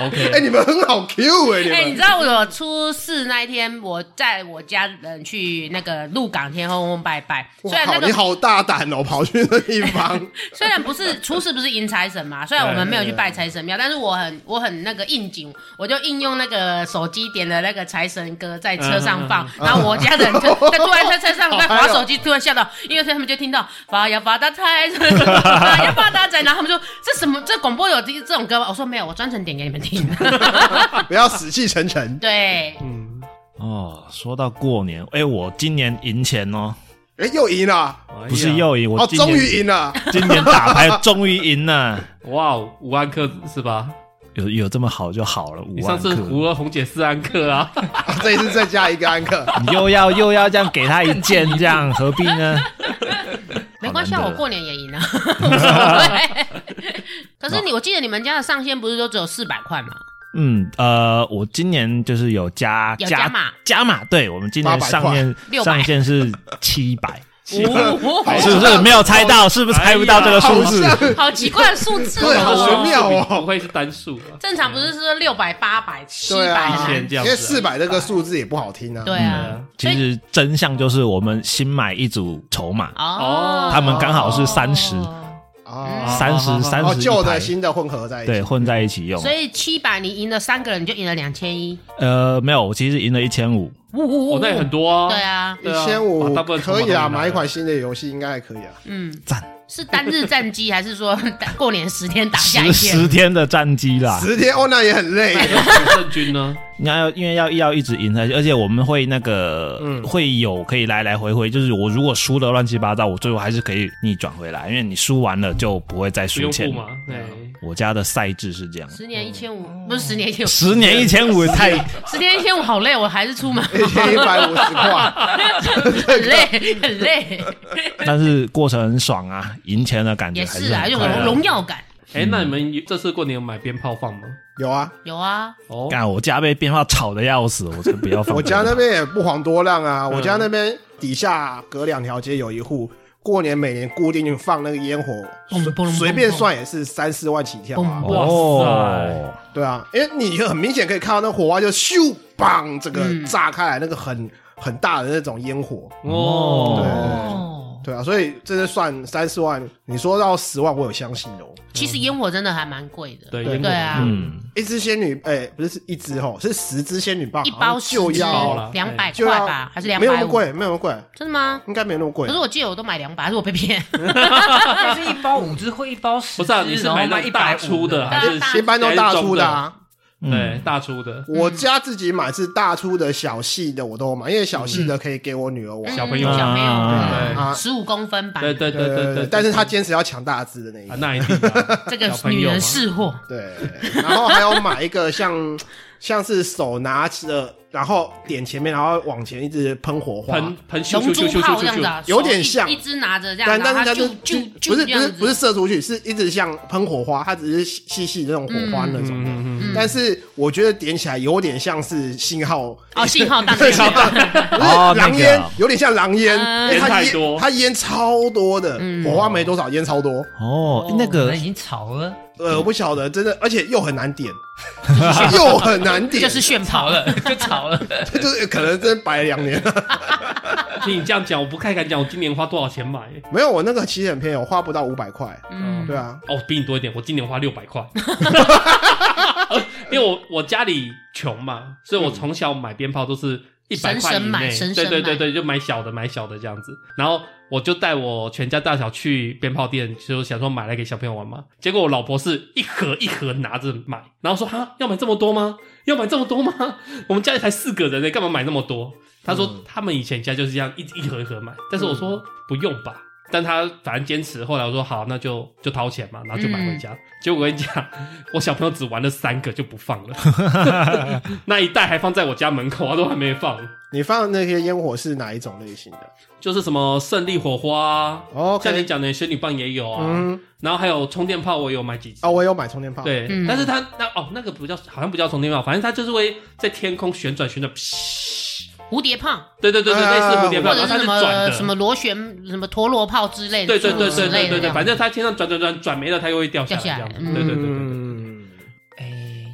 [SPEAKER 1] OK，
[SPEAKER 6] 哎、你们很好 Q 哎、
[SPEAKER 4] 哎，
[SPEAKER 6] 你
[SPEAKER 4] 你
[SPEAKER 6] 们
[SPEAKER 4] 知。道我初四那一天，我在我家人去那个鹿港天后宫拜拜。虽
[SPEAKER 6] 哇
[SPEAKER 4] 然那
[SPEAKER 6] 靠，你
[SPEAKER 4] 个
[SPEAKER 6] 好大胆哦，跑去那地
[SPEAKER 4] [LAUGHS]
[SPEAKER 6] 方。
[SPEAKER 4] 虽然不是初四不是迎财神嘛，虽然我们没有去拜财神庙，但是我很我很那个应景，我就应用那个手机点的那个财神歌在车
[SPEAKER 3] 嗯
[SPEAKER 4] 上放，然后我家人
[SPEAKER 3] [LAUGHS]
[SPEAKER 4] 就在突然在车上
[SPEAKER 3] 哦
[SPEAKER 4] 在划手机，突然吓到，因为他们就听到发呀发大财，发呀发大财，然后他们说这什么这广播有这种歌吗？我说没有，我专程点给你们听。
[SPEAKER 6] 不要死气沉沉。
[SPEAKER 4] 对，
[SPEAKER 1] 嗯，
[SPEAKER 3] 哦，说到过年，哎、我今年赢钱哦，
[SPEAKER 6] 哎、又赢了，
[SPEAKER 1] 哎呀
[SPEAKER 3] 不是又赢，我
[SPEAKER 6] 哦，
[SPEAKER 3] 今年、
[SPEAKER 6] 终于赢了。
[SPEAKER 3] 今年打牌终于赢了，
[SPEAKER 1] 哇，哦，五万克是吧？
[SPEAKER 3] 有有这么好就好了，五
[SPEAKER 1] 你上
[SPEAKER 3] 万
[SPEAKER 1] 次
[SPEAKER 3] 克
[SPEAKER 1] 胡了红姐四安克啊，
[SPEAKER 6] 啊这一次再加一个安克。
[SPEAKER 3] 你又要又要这样给他一件，这样何必
[SPEAKER 6] [LAUGHS]
[SPEAKER 3] 呢？
[SPEAKER 4] 没关系，啊，
[SPEAKER 3] 好难
[SPEAKER 4] 我
[SPEAKER 3] 得
[SPEAKER 4] 过年也赢了。
[SPEAKER 3] [LAUGHS]
[SPEAKER 4] 无所谓可是你，我记得你们家的上限不是都只有四百块吗？
[SPEAKER 3] 嗯呃，我今年就是有加
[SPEAKER 4] 有加
[SPEAKER 3] 加
[SPEAKER 4] 码
[SPEAKER 3] 加码，对我们今年
[SPEAKER 6] 800
[SPEAKER 3] 上限
[SPEAKER 4] 块
[SPEAKER 3] 上限是七百，奇怪，
[SPEAKER 4] 哦
[SPEAKER 6] 哎
[SPEAKER 3] 是不是没有猜到？是不是猜不到这个数字？
[SPEAKER 4] 好奇怪的数字
[SPEAKER 6] 对 [LAUGHS] 好玄
[SPEAKER 4] 哦。
[SPEAKER 6] 妙哦
[SPEAKER 1] [LAUGHS] 不会是单数啊吧？
[SPEAKER 4] 正常不是说六百、八百、七
[SPEAKER 6] 对
[SPEAKER 4] 百
[SPEAKER 6] 啊，
[SPEAKER 1] 一千
[SPEAKER 4] 吗？
[SPEAKER 1] 这样子啊
[SPEAKER 6] 因为四百这个数字也不好听啊。
[SPEAKER 4] 对啊，
[SPEAKER 3] [LAUGHS] 其实真相就是我们新买一组筹码，
[SPEAKER 1] 哦
[SPEAKER 4] 哦，
[SPEAKER 3] 他们刚好是30
[SPEAKER 6] 啊，
[SPEAKER 3] 三十
[SPEAKER 1] 哦
[SPEAKER 3] 三
[SPEAKER 6] 哦，
[SPEAKER 3] 十
[SPEAKER 6] 旧
[SPEAKER 3] 一
[SPEAKER 6] 的
[SPEAKER 3] 排，
[SPEAKER 6] 新的混合在一起。
[SPEAKER 3] 对，混在一起用
[SPEAKER 4] 所。以七百你赢了三个人，你就赢了两千一。
[SPEAKER 3] 呃，没有，我其实赢了一千五，
[SPEAKER 1] 哦，那也很多啊。
[SPEAKER 4] 对啊，
[SPEAKER 1] 对啊，
[SPEAKER 6] 一千五
[SPEAKER 1] 哇大部分筹码
[SPEAKER 6] 可以啊，
[SPEAKER 1] 都拿来
[SPEAKER 6] 买一款新的游戏应该还可以啊。
[SPEAKER 4] 嗯，
[SPEAKER 3] 赞
[SPEAKER 4] 是单日战机还是说 [LAUGHS] 打过年十天打下一
[SPEAKER 3] 十十
[SPEAKER 4] 天？
[SPEAKER 3] 天的战绩啦。
[SPEAKER 6] 十天哦，那也很累。
[SPEAKER 1] 郑钧
[SPEAKER 3] [LAUGHS]
[SPEAKER 1] 呢？
[SPEAKER 3] 你要因为要要一直赢才，而且我们会那个、
[SPEAKER 1] 嗯
[SPEAKER 3] 会有可以来来回回，就是我如果输的乱七八糟，我最后还是可以逆转回来，因为你输完了就不会再
[SPEAKER 1] 不
[SPEAKER 3] 输
[SPEAKER 1] 用
[SPEAKER 3] 钱
[SPEAKER 1] 付。嘛？哎对，
[SPEAKER 3] 我家的赛制是这样，
[SPEAKER 4] 十年一千五，不是十年一千五，
[SPEAKER 3] 十年一千五太
[SPEAKER 4] 十年一千五好累，我还是
[SPEAKER 6] [LAUGHS]
[SPEAKER 4] 出门，
[SPEAKER 6] 一千一百五十块， [LAUGHS]
[SPEAKER 4] 很
[SPEAKER 6] 啊
[SPEAKER 4] 累很累，
[SPEAKER 3] [LAUGHS] 但是过程很爽啊，赢钱的感觉
[SPEAKER 4] 也
[SPEAKER 3] 还
[SPEAKER 4] 是啊，
[SPEAKER 3] 很
[SPEAKER 4] 有
[SPEAKER 3] 快
[SPEAKER 4] 种
[SPEAKER 3] 乐
[SPEAKER 4] 荣耀感。
[SPEAKER 1] 哎，
[SPEAKER 3] 嗯
[SPEAKER 1] 那你们这次过年有买鞭炮放吗？
[SPEAKER 6] 有啊，
[SPEAKER 4] 有啊，
[SPEAKER 1] 哦，
[SPEAKER 3] 干，我家被鞭炮吵的要死，我才不要放。
[SPEAKER 6] 我家那边也不遑多让啊，我家那边底下隔两条街有一户，过年每年固定放那个烟火
[SPEAKER 4] 嘣嘣嘣，
[SPEAKER 6] 随便算也是三四万起跳啊。
[SPEAKER 4] 嘣
[SPEAKER 3] 哦，
[SPEAKER 6] 对啊，因为你很明显可以看到那火花就咻棒，这个
[SPEAKER 4] 嗯
[SPEAKER 6] 炸开来，那个很很大的那种烟火。
[SPEAKER 1] 哦，
[SPEAKER 4] 哦，
[SPEAKER 6] 对啊，所以这是算三四万，你说到十万，我有相信哦。
[SPEAKER 4] 其实烟火真的还蛮贵的，
[SPEAKER 1] 对
[SPEAKER 6] 烟
[SPEAKER 1] 火
[SPEAKER 4] 对啊，
[SPEAKER 3] 嗯，
[SPEAKER 6] 一只仙女，哎、不是是一只哦，是十只仙女棒，
[SPEAKER 4] 一包
[SPEAKER 6] 好像就
[SPEAKER 1] 包
[SPEAKER 6] 要
[SPEAKER 1] 了
[SPEAKER 4] 两百
[SPEAKER 6] 就
[SPEAKER 4] 块
[SPEAKER 6] 要
[SPEAKER 4] 吧，还是两
[SPEAKER 6] 没有那
[SPEAKER 4] 百
[SPEAKER 6] 么
[SPEAKER 4] 五？
[SPEAKER 6] 贵，没有那么贵，
[SPEAKER 4] 真的吗？
[SPEAKER 6] 应该没有那么贵
[SPEAKER 4] 可是。我记得我都买两百，还是我被骗？
[SPEAKER 2] [LAUGHS] 但是一包五只或一包十
[SPEAKER 1] 不是啊你
[SPEAKER 2] 只，
[SPEAKER 1] 是
[SPEAKER 2] 然后
[SPEAKER 1] 买那
[SPEAKER 6] 哦
[SPEAKER 2] 卖
[SPEAKER 1] 种
[SPEAKER 2] 一百
[SPEAKER 1] 大出的还
[SPEAKER 4] 是
[SPEAKER 6] 一般
[SPEAKER 1] 哎
[SPEAKER 6] 都大粗的啊。
[SPEAKER 3] 嗯
[SPEAKER 1] 对，大出的
[SPEAKER 6] 我家自己买是大粗的、小细的我都有买，因为小细的可以给我女儿玩。
[SPEAKER 1] 小朋友啊
[SPEAKER 4] 嗯小朋友，
[SPEAKER 1] 对
[SPEAKER 6] 啊，
[SPEAKER 4] 十五公分版，
[SPEAKER 1] 对对对对对，
[SPEAKER 6] 但是她坚持要抢大只的那一
[SPEAKER 1] 啊，
[SPEAKER 6] 个。
[SPEAKER 1] 那一定啊
[SPEAKER 6] [LAUGHS]
[SPEAKER 4] 这个
[SPEAKER 1] 小朋友
[SPEAKER 4] 女人
[SPEAKER 1] 嘛
[SPEAKER 4] 是货，
[SPEAKER 6] 对，然后还有买一个像 [LAUGHS] 像是手拿着，然后点前面，然后往前一直喷火花，
[SPEAKER 1] 喷喷咻咻
[SPEAKER 4] 龙
[SPEAKER 1] 咻咻
[SPEAKER 4] 珠
[SPEAKER 1] 咻
[SPEAKER 4] 炮这
[SPEAKER 1] 咻
[SPEAKER 4] 样子
[SPEAKER 1] 咻，
[SPEAKER 4] 啊，
[SPEAKER 6] 有点像
[SPEAKER 4] 手一一只拿着这样，
[SPEAKER 6] 但但
[SPEAKER 4] 啊然
[SPEAKER 6] 是
[SPEAKER 4] 后它
[SPEAKER 6] 它
[SPEAKER 4] 就
[SPEAKER 6] 就
[SPEAKER 4] 就就
[SPEAKER 6] 不是
[SPEAKER 4] 这
[SPEAKER 6] 不
[SPEAKER 4] 样
[SPEAKER 6] 是
[SPEAKER 4] 子
[SPEAKER 6] 不是射出去，是一直像喷火花，它只是细细的那种火花那种的。
[SPEAKER 1] 嗯嗯
[SPEAKER 6] 但是我觉得点起来有点像是信号， [LAUGHS]
[SPEAKER 4] 哦，信号弹，
[SPEAKER 6] 信号弹，不是
[SPEAKER 3] 哦那
[SPEAKER 6] 狼
[SPEAKER 3] 个
[SPEAKER 6] 烟，有点像狼烟，因
[SPEAKER 4] 嗯
[SPEAKER 6] 为它
[SPEAKER 1] 烟太多
[SPEAKER 6] 烟它烟超多的，火花没多少，烟超多。
[SPEAKER 3] 哦，那
[SPEAKER 2] 可能
[SPEAKER 3] 个
[SPEAKER 2] 已经炒了，
[SPEAKER 6] 呃，我不晓得，真的，而且又很难
[SPEAKER 4] [LAUGHS]
[SPEAKER 6] 点，又很难点，
[SPEAKER 4] 就是炫
[SPEAKER 2] 炒
[SPEAKER 4] 跑。
[SPEAKER 2] 了 [LAUGHS] 就炒
[SPEAKER 1] [LAUGHS]
[SPEAKER 2] 了。
[SPEAKER 6] 就是可能真摆两年了。
[SPEAKER 1] 听你这样讲，我不太敢讲我今年花多少钱买。
[SPEAKER 6] [LAUGHS] 没有，我那个其实很便宜，我花不到五百块。[LAUGHS]
[SPEAKER 4] 嗯，
[SPEAKER 6] 对啊，
[SPEAKER 1] 哦，比你多一点，我今年花六百块，因为我我家里穷嘛，所以我从小买鞭炮都是一百块以
[SPEAKER 4] 神神买
[SPEAKER 1] 内，
[SPEAKER 4] 神
[SPEAKER 1] 对
[SPEAKER 4] 神
[SPEAKER 1] 对对
[SPEAKER 4] 买
[SPEAKER 1] 对，就买小的买小的这样子。然后我就带我全家大小去鞭炮店，就想说买来给小朋友玩嘛。结果我老婆是一盒一盒拿着买，然后说哈要买这么多吗？要买这么多吗？我们家里才四个人呢，欸干嘛买那么多？他说
[SPEAKER 6] 嗯
[SPEAKER 1] 他们以前家就是这样一一盒一盒买，但是我说不用吧。但他反正坚持，后来我说好，那就就掏钱嘛，然后就买回
[SPEAKER 6] 嗯
[SPEAKER 1] 家。结果我跟你讲，我小朋友只玩了三个就不放
[SPEAKER 6] [LAUGHS]
[SPEAKER 1] 了， [LAUGHS] 那一袋还放在我家门口，他都还没放。
[SPEAKER 6] 你放的那些烟火是哪一种类型的？
[SPEAKER 1] 就是什么胜利火花啊、
[SPEAKER 6] 哦
[SPEAKER 1] 像你讲的仙女棒也有啊，
[SPEAKER 6] 嗯，
[SPEAKER 1] 然后还有充电炮，我有买几支。
[SPEAKER 6] 哦，我有买充电宝。，
[SPEAKER 1] 对，
[SPEAKER 4] 嗯
[SPEAKER 1] 但是它那哦，那个不叫，好像不叫充电炮，反正它就是会在天空旋转旋转，噗
[SPEAKER 4] 蝴蝶炮
[SPEAKER 1] 对对对对，
[SPEAKER 6] 啊
[SPEAKER 1] 类似蝴蝶
[SPEAKER 4] 呃或
[SPEAKER 1] 炮，然后
[SPEAKER 4] 者是
[SPEAKER 1] 它
[SPEAKER 4] 什
[SPEAKER 1] 是转
[SPEAKER 4] 么
[SPEAKER 1] 的，
[SPEAKER 4] 什么螺旋什么陀螺炮之类的，
[SPEAKER 1] 对对对
[SPEAKER 4] 诸
[SPEAKER 1] 对
[SPEAKER 4] 如此
[SPEAKER 1] 对
[SPEAKER 4] 类
[SPEAKER 1] 对
[SPEAKER 4] 的这
[SPEAKER 1] 对，
[SPEAKER 4] 样
[SPEAKER 1] 反正它天上转转转转没了，它又会掉下来这
[SPEAKER 4] 掉下
[SPEAKER 1] 样
[SPEAKER 4] 来
[SPEAKER 1] 子。
[SPEAKER 4] 嗯
[SPEAKER 1] 对对对对对。
[SPEAKER 6] 嗯，
[SPEAKER 2] 哎，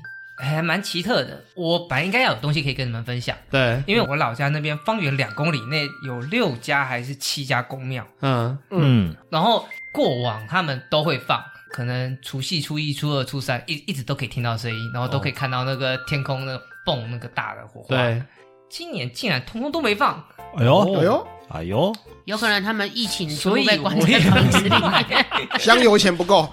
[SPEAKER 2] 还蛮奇特的。我本来应该要有东西可以跟你们分享，
[SPEAKER 1] 对，
[SPEAKER 2] 因为我老家那边方圆两公里内有六家还是七家公庙，
[SPEAKER 1] 嗯，
[SPEAKER 3] 嗯，
[SPEAKER 2] 然后过往他们都会放。可能除夕、初一、初二、初三，一一直都可以听到声音，然后都可以看到那个天空那种蹦那个大的火花。，
[SPEAKER 1] 对，
[SPEAKER 2] 今年竟然通通都没放，
[SPEAKER 3] 哎呦
[SPEAKER 1] 哦
[SPEAKER 6] 哎呦，
[SPEAKER 3] 哎呦，
[SPEAKER 4] 有可能他们疫情全部
[SPEAKER 2] 所以
[SPEAKER 4] 被关在房子
[SPEAKER 1] [LAUGHS]
[SPEAKER 4] 里面，
[SPEAKER 6] 香油钱不够，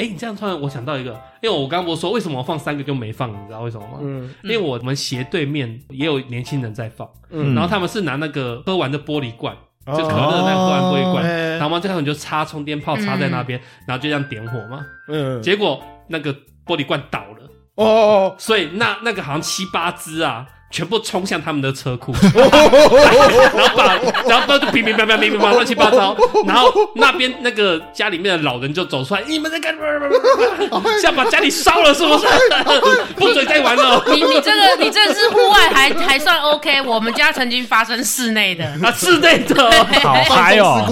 [SPEAKER 1] 哎，你这样突然我想到一个，因为哎我刚刚不是说为什么我放三个就没放，你知道为什么吗？
[SPEAKER 6] 嗯
[SPEAKER 1] 因为我们斜对面也有年轻人在放，
[SPEAKER 3] 嗯
[SPEAKER 1] 然后他们是拿那个喝完的玻璃罐，
[SPEAKER 6] 哦
[SPEAKER 1] 就可乐的那个喝完玻璃罐，
[SPEAKER 6] 哎
[SPEAKER 1] 然后嘛，这样你就插充电炮插在那
[SPEAKER 4] 嗯
[SPEAKER 1] 边，然后就这样点火嘛。
[SPEAKER 6] 嗯，
[SPEAKER 1] 结果那个玻璃罐倒了，
[SPEAKER 6] 哦，
[SPEAKER 1] 所以那那个好像七八只啊，全部冲向他们的车库，
[SPEAKER 6] 哦
[SPEAKER 1] [LAUGHS] 然后把然后那就乒乒乓乓乒乒乓乱七八糟，然后那边那个家里面的老人就走出来，你们在干什么？是要把家里烧了是不是？不准再玩了。
[SPEAKER 4] 你你这个你这是户外还还算 OK，我们家曾经发生室内的，
[SPEAKER 1] 啊，室内的，
[SPEAKER 3] 好嗨哦！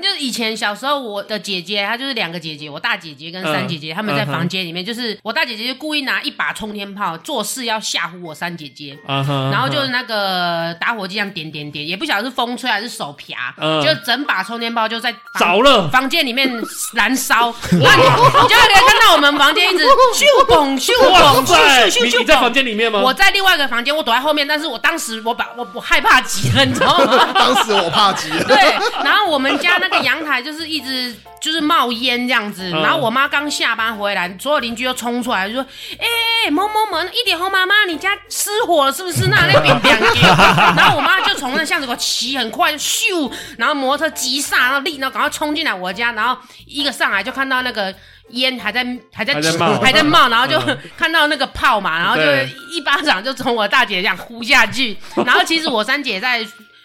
[SPEAKER 4] 就以前小时候，我的姐姐她就是两个姐姐，我大姐姐跟三姐姐，她们在房间里
[SPEAKER 1] 嗯
[SPEAKER 4] 面，就是我大姐姐就故意拿一把冲天炮做事要吓唬我三姐姐，
[SPEAKER 1] 啊哈
[SPEAKER 4] 然后就是那个打火机这样点点点，也不晓得是风吹还是手啪，
[SPEAKER 1] 嗯
[SPEAKER 4] 就整把冲天炮就在房
[SPEAKER 1] 着了，
[SPEAKER 4] 房间里面燃烧，然后你你就会看到我们房
[SPEAKER 1] [LAUGHS]
[SPEAKER 4] 间一直咻嘣咻
[SPEAKER 1] 哇
[SPEAKER 4] 嘣
[SPEAKER 1] 塞
[SPEAKER 4] 咻咻！咻
[SPEAKER 1] 你
[SPEAKER 4] 咻
[SPEAKER 1] 你在
[SPEAKER 4] 嘣
[SPEAKER 1] 房间里面吗？
[SPEAKER 4] 我在另外一个房间，我躲在后面，但是我当时我把我我害怕极了，你知道吗？
[SPEAKER 6] 当时我怕极了，
[SPEAKER 4] [LAUGHS] 对，然后我们家那个阳台就是一直 [LAUGHS] 就是冒烟这样子，
[SPEAKER 1] 嗯
[SPEAKER 4] 然后我妈刚下班回来，所有邻居都冲出来就说：“哎、某某某，一点红妈妈，你家失火了是不是？那那饼饼给。”
[SPEAKER 1] [LAUGHS]
[SPEAKER 4] 然后我妈就从那巷子给我骑很快，咻，然后摩托车急刹，然后立，然后赶快冲进来我家，然后一个上来就看到那个。烟还在还在
[SPEAKER 1] 还在冒
[SPEAKER 4] 还在冒，然后就
[SPEAKER 1] 嗯
[SPEAKER 4] 看到那个泡嘛，然后就
[SPEAKER 1] 对
[SPEAKER 4] 一巴掌就从我大姐这样呼下去。然后其实我三姐在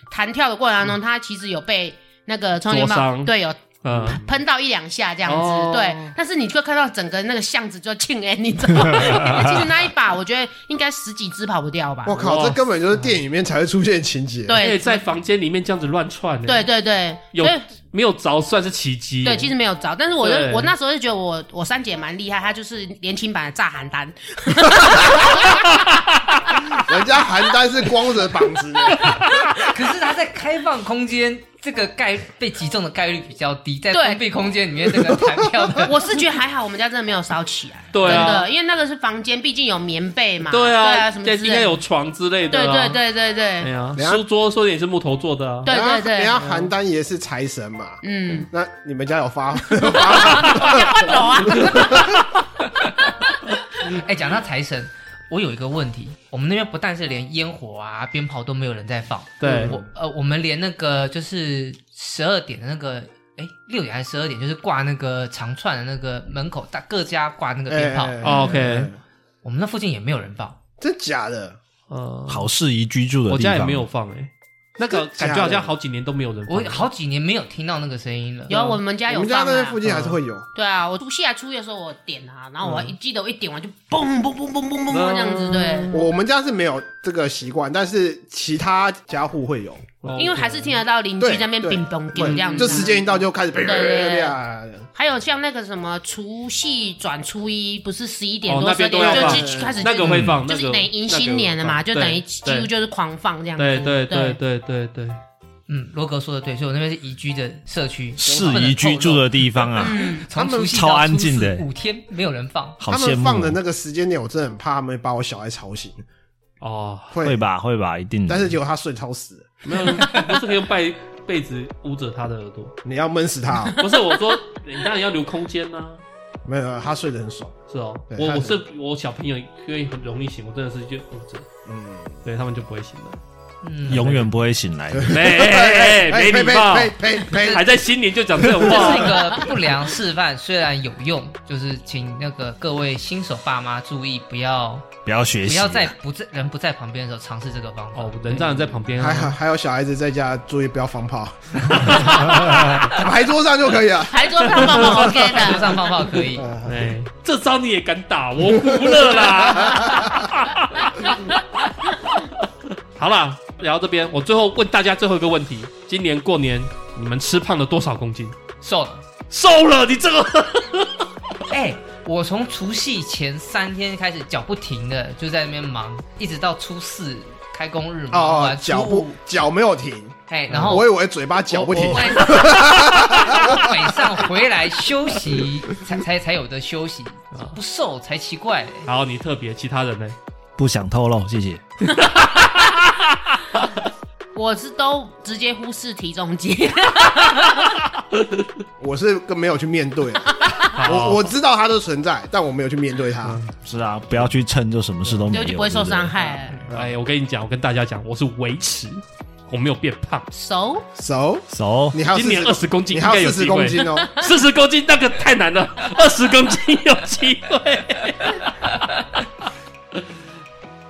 [SPEAKER 4] 弹跳的过程当中，她其实有被那个充电
[SPEAKER 1] 嗯灼
[SPEAKER 4] 宝
[SPEAKER 1] 伤
[SPEAKER 4] 对有
[SPEAKER 1] 嗯，
[SPEAKER 4] 喷到一两下这样子，
[SPEAKER 1] 哦
[SPEAKER 4] 对。但是你就看到整个那个巷子就庆哎，你知道
[SPEAKER 1] [LAUGHS]
[SPEAKER 4] 吗？其实那一把我觉得应该十几只跑不掉吧
[SPEAKER 6] 我。靠，
[SPEAKER 1] 哇
[SPEAKER 6] 这根本就是电影里面才会出现情节。
[SPEAKER 1] 哎，
[SPEAKER 4] 对
[SPEAKER 1] 在房间里面这样子乱窜，哎
[SPEAKER 4] 对，对对，
[SPEAKER 1] 有
[SPEAKER 4] 所以
[SPEAKER 1] 没有着算是奇迹？
[SPEAKER 4] 对，其实没有着，但是我就
[SPEAKER 1] 对
[SPEAKER 4] 我那时候就觉得我我三姐蛮厉害，她就是年轻版的炸邯
[SPEAKER 1] [LAUGHS]
[SPEAKER 4] 郸，
[SPEAKER 6] 人家邯郸是光着膀
[SPEAKER 1] [LAUGHS]
[SPEAKER 6] 子的，
[SPEAKER 2] [LAUGHS] 可是它在开放空间，这个概被击中的概率比较低，在
[SPEAKER 4] 对
[SPEAKER 2] 封闭空间里面，这个弹票的
[SPEAKER 4] [LAUGHS] 我是觉得还好，我们家真的没有烧起来，
[SPEAKER 1] 对
[SPEAKER 4] 真
[SPEAKER 1] 啊
[SPEAKER 4] 的，因为那个是房间，毕竟有棉被嘛，
[SPEAKER 1] 对
[SPEAKER 4] 啊，
[SPEAKER 1] 啊，
[SPEAKER 4] 什么
[SPEAKER 1] 对
[SPEAKER 4] 之
[SPEAKER 1] 应该
[SPEAKER 4] 类的，
[SPEAKER 1] 有床之类的
[SPEAKER 4] 对
[SPEAKER 1] 啊，
[SPEAKER 4] 对对对
[SPEAKER 1] 哎
[SPEAKER 4] 对，
[SPEAKER 1] 呀，
[SPEAKER 6] 等下
[SPEAKER 1] 书桌说也是木头做的啊，
[SPEAKER 4] 对对
[SPEAKER 6] 人
[SPEAKER 4] 对，
[SPEAKER 6] 家邯郸爷是财神嘛。
[SPEAKER 4] 嗯，
[SPEAKER 6] 那你们家
[SPEAKER 1] [LAUGHS]
[SPEAKER 6] 有发？
[SPEAKER 4] 换楼啊，
[SPEAKER 2] 哎，讲到财神，我有一个问题，我们那边不但是连烟火啊、鞭炮都没有人在放，
[SPEAKER 1] 对
[SPEAKER 2] 我呃，我们连那个就是十二点的那个，哎，六点还是十二点，就是挂那个长串的那个门口，大各家挂那个鞭炮，
[SPEAKER 6] [LAUGHS] 哎哎哎
[SPEAKER 1] 哦，OK
[SPEAKER 2] 我们那附近也没有人放。
[SPEAKER 6] 真假的？
[SPEAKER 1] 嗯，
[SPEAKER 3] 好适宜居住
[SPEAKER 1] 我
[SPEAKER 3] 的地方。
[SPEAKER 1] 家也没有放哎，那个感觉好像好几年都没有人放，
[SPEAKER 2] 我
[SPEAKER 6] 哦
[SPEAKER 2] 好几年没有听到那个声音了。
[SPEAKER 4] 有啊我们家
[SPEAKER 6] 我
[SPEAKER 4] 有
[SPEAKER 6] 们家
[SPEAKER 4] 放
[SPEAKER 6] 那边
[SPEAKER 4] 啊
[SPEAKER 6] 附，近还是会有。
[SPEAKER 4] 对啊，我除夕啊初一的时候我点啊，然
[SPEAKER 1] 嗯
[SPEAKER 4] 后我一记得我一点完就嘣嘣嘣嘣嘣嘣这样子，对，
[SPEAKER 6] 我们家是没有这个习惯，但是其他家户会有。
[SPEAKER 1] 哦
[SPEAKER 4] 因为还是听得到邻居
[SPEAKER 6] 对
[SPEAKER 4] 在那边
[SPEAKER 6] 对
[SPEAKER 4] 乒乓
[SPEAKER 6] 会
[SPEAKER 4] 乒这样子
[SPEAKER 6] 就
[SPEAKER 4] 啊，
[SPEAKER 6] 时间一到就开始
[SPEAKER 4] 对对
[SPEAKER 6] 啪。
[SPEAKER 4] 还有像那个什么除夕转初一，不是十一点
[SPEAKER 1] 哦
[SPEAKER 4] 多
[SPEAKER 1] 那
[SPEAKER 4] 十
[SPEAKER 1] 边
[SPEAKER 4] 点
[SPEAKER 1] 都要
[SPEAKER 4] 就
[SPEAKER 1] 放
[SPEAKER 4] 去去开始
[SPEAKER 1] 那个会放，
[SPEAKER 4] 就
[SPEAKER 1] 那
[SPEAKER 4] 是
[SPEAKER 1] 个
[SPEAKER 4] 等于迎新年了嘛，就等于几乎就是狂放这样子。
[SPEAKER 1] 对对对对对对，
[SPEAKER 2] 嗯，罗格说的对，所以我那边是宜居的社区，
[SPEAKER 3] 适宜居住的地方啊，
[SPEAKER 2] 从
[SPEAKER 6] 他
[SPEAKER 2] 除
[SPEAKER 6] 们
[SPEAKER 2] 夕
[SPEAKER 3] 超
[SPEAKER 2] 到
[SPEAKER 3] 安
[SPEAKER 2] 初
[SPEAKER 3] 静
[SPEAKER 2] 四
[SPEAKER 3] 的
[SPEAKER 2] 五天没有人放。
[SPEAKER 3] 好
[SPEAKER 6] 他
[SPEAKER 3] 羡
[SPEAKER 6] 们
[SPEAKER 3] 慕。
[SPEAKER 6] 放的那个时间点，我真的很怕他们把我小孩吵醒。
[SPEAKER 1] 哦，
[SPEAKER 3] 会
[SPEAKER 6] 会，
[SPEAKER 3] 吧，会吧，一定的。
[SPEAKER 6] 但是结果他睡超死了，
[SPEAKER 1] 没有，不是可以用被被子捂着他的耳朵，
[SPEAKER 6] 你要闷死他哦。 [LAUGHS]
[SPEAKER 1] 不是我说，你当然要留空间呐、
[SPEAKER 6] 没有，他睡得很爽。
[SPEAKER 1] 是哦，
[SPEAKER 6] 对
[SPEAKER 1] 我
[SPEAKER 6] 他
[SPEAKER 1] 我
[SPEAKER 6] 是
[SPEAKER 1] 是我小朋友因为很容易醒，我真的是就捂着，
[SPEAKER 6] 嗯，
[SPEAKER 1] 对他们就不会醒了。
[SPEAKER 2] 嗯，
[SPEAKER 3] 永远不会醒来的。
[SPEAKER 1] 哎哎哎，没礼貌，
[SPEAKER 6] 呸呸呸
[SPEAKER 1] 还
[SPEAKER 6] 呸！
[SPEAKER 1] 在新年就讲这种
[SPEAKER 2] 这是一
[SPEAKER 1] 话，
[SPEAKER 2] 个不良示范，虽然有用， [LAUGHS] 就是请那个各位新手爸妈注意，不要
[SPEAKER 3] 不要学
[SPEAKER 2] 不
[SPEAKER 3] 习啊，
[SPEAKER 2] 要在不在人不在旁边的时候尝试这个方法。
[SPEAKER 1] 哦，人当然在旁边
[SPEAKER 6] 还好
[SPEAKER 1] 啊，
[SPEAKER 6] 还有小孩子在家注意不要
[SPEAKER 3] [LAUGHS]
[SPEAKER 6] 放炮，牌桌上就可以
[SPEAKER 4] [LAUGHS]
[SPEAKER 6] 了。
[SPEAKER 4] 牌桌上放放 OK
[SPEAKER 2] 桌
[SPEAKER 4] 的，
[SPEAKER 2] 上放炮可以，
[SPEAKER 6] 哦
[SPEAKER 1] 哎，这招你也敢打，我服了 [LAUGHS] 啦。好啦，聊到这边，我最后问大家最后一个问题：今年过年你们吃胖了多少公斤？
[SPEAKER 2] 瘦了。
[SPEAKER 1] 瘦了，你这 [LAUGHS] 个
[SPEAKER 2] 哎、我从除夕前三天开始脚不停的就在那边忙，一直到初四开工日
[SPEAKER 6] 哦
[SPEAKER 2] 嘛，
[SPEAKER 6] 哦
[SPEAKER 2] 完，初
[SPEAKER 6] 脚不
[SPEAKER 2] 五
[SPEAKER 6] 脚没有停，
[SPEAKER 2] 哎，然后
[SPEAKER 6] 我以为嘴巴脚不停
[SPEAKER 2] 我。我 [LAUGHS] 晚上回来休息，才才才有的休息，不瘦才奇怪、
[SPEAKER 1] 好，你特别，其他人呢？
[SPEAKER 3] 不想透露，谢谢。
[SPEAKER 4] 我是都直接忽视体重计， [LAUGHS]
[SPEAKER 6] 我是跟没有去面对，我我知道它的存在，但我没有去面对它。
[SPEAKER 1] 嗯
[SPEAKER 3] 是啊，不要去蹭，就什么事都没
[SPEAKER 4] 嗯就
[SPEAKER 3] 有，
[SPEAKER 4] 就不会受
[SPEAKER 3] 对对
[SPEAKER 4] 伤。害了。
[SPEAKER 1] 哎，我跟你讲，我跟大家讲，我是维持，我没有变胖，
[SPEAKER 4] 熟，
[SPEAKER 6] 手，
[SPEAKER 3] 熟，
[SPEAKER 6] 你还有
[SPEAKER 1] 今年
[SPEAKER 6] 40
[SPEAKER 1] 二十公斤
[SPEAKER 6] 你
[SPEAKER 1] 应
[SPEAKER 6] 还
[SPEAKER 1] 该
[SPEAKER 6] 有
[SPEAKER 1] 有
[SPEAKER 6] 四
[SPEAKER 1] 机
[SPEAKER 6] 十公
[SPEAKER 1] 会。
[SPEAKER 6] 斤哦。 [LAUGHS]
[SPEAKER 1] 四十公斤那个太难了，二十公斤有机会。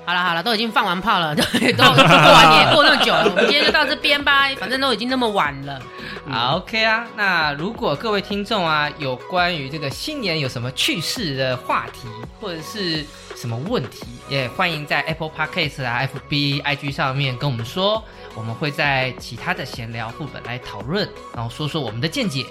[SPEAKER 4] 好好了好了，都已经放完炮了， [LAUGHS] 对，都过完年过那么久了，我们今天就到这边吧，反正都已经那么晚了。
[SPEAKER 2] 好，OK 啊。那如果各位听众啊，有关于这个新年有什么趣事的话题，或者是什么问题，也欢迎在 Apple Podcast 啊、FB、IG 上面跟我们说，我们会在其他的闲聊副本来讨论，然后说说我们的见解。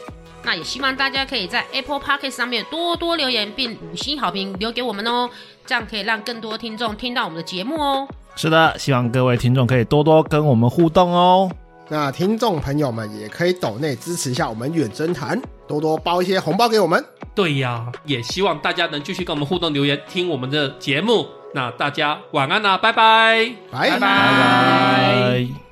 [SPEAKER 4] 那也希望大家可以在 Apple Podcast 上面多多留言，并五星好评留给我们哦，这样可以让更多听众听到我们的节目哦。
[SPEAKER 3] 是的，希望各位听众可以多多跟我们互动哦。
[SPEAKER 6] 那听众朋友们也可以抖内支持一下我们远征团，多多包一些红包给我们。
[SPEAKER 1] 对呀，也希望大家能继续跟我们互动留言，听我们啊的节目。那大家晚安啦，拜拜。
[SPEAKER 6] 拜
[SPEAKER 2] 拜拜
[SPEAKER 3] 拜。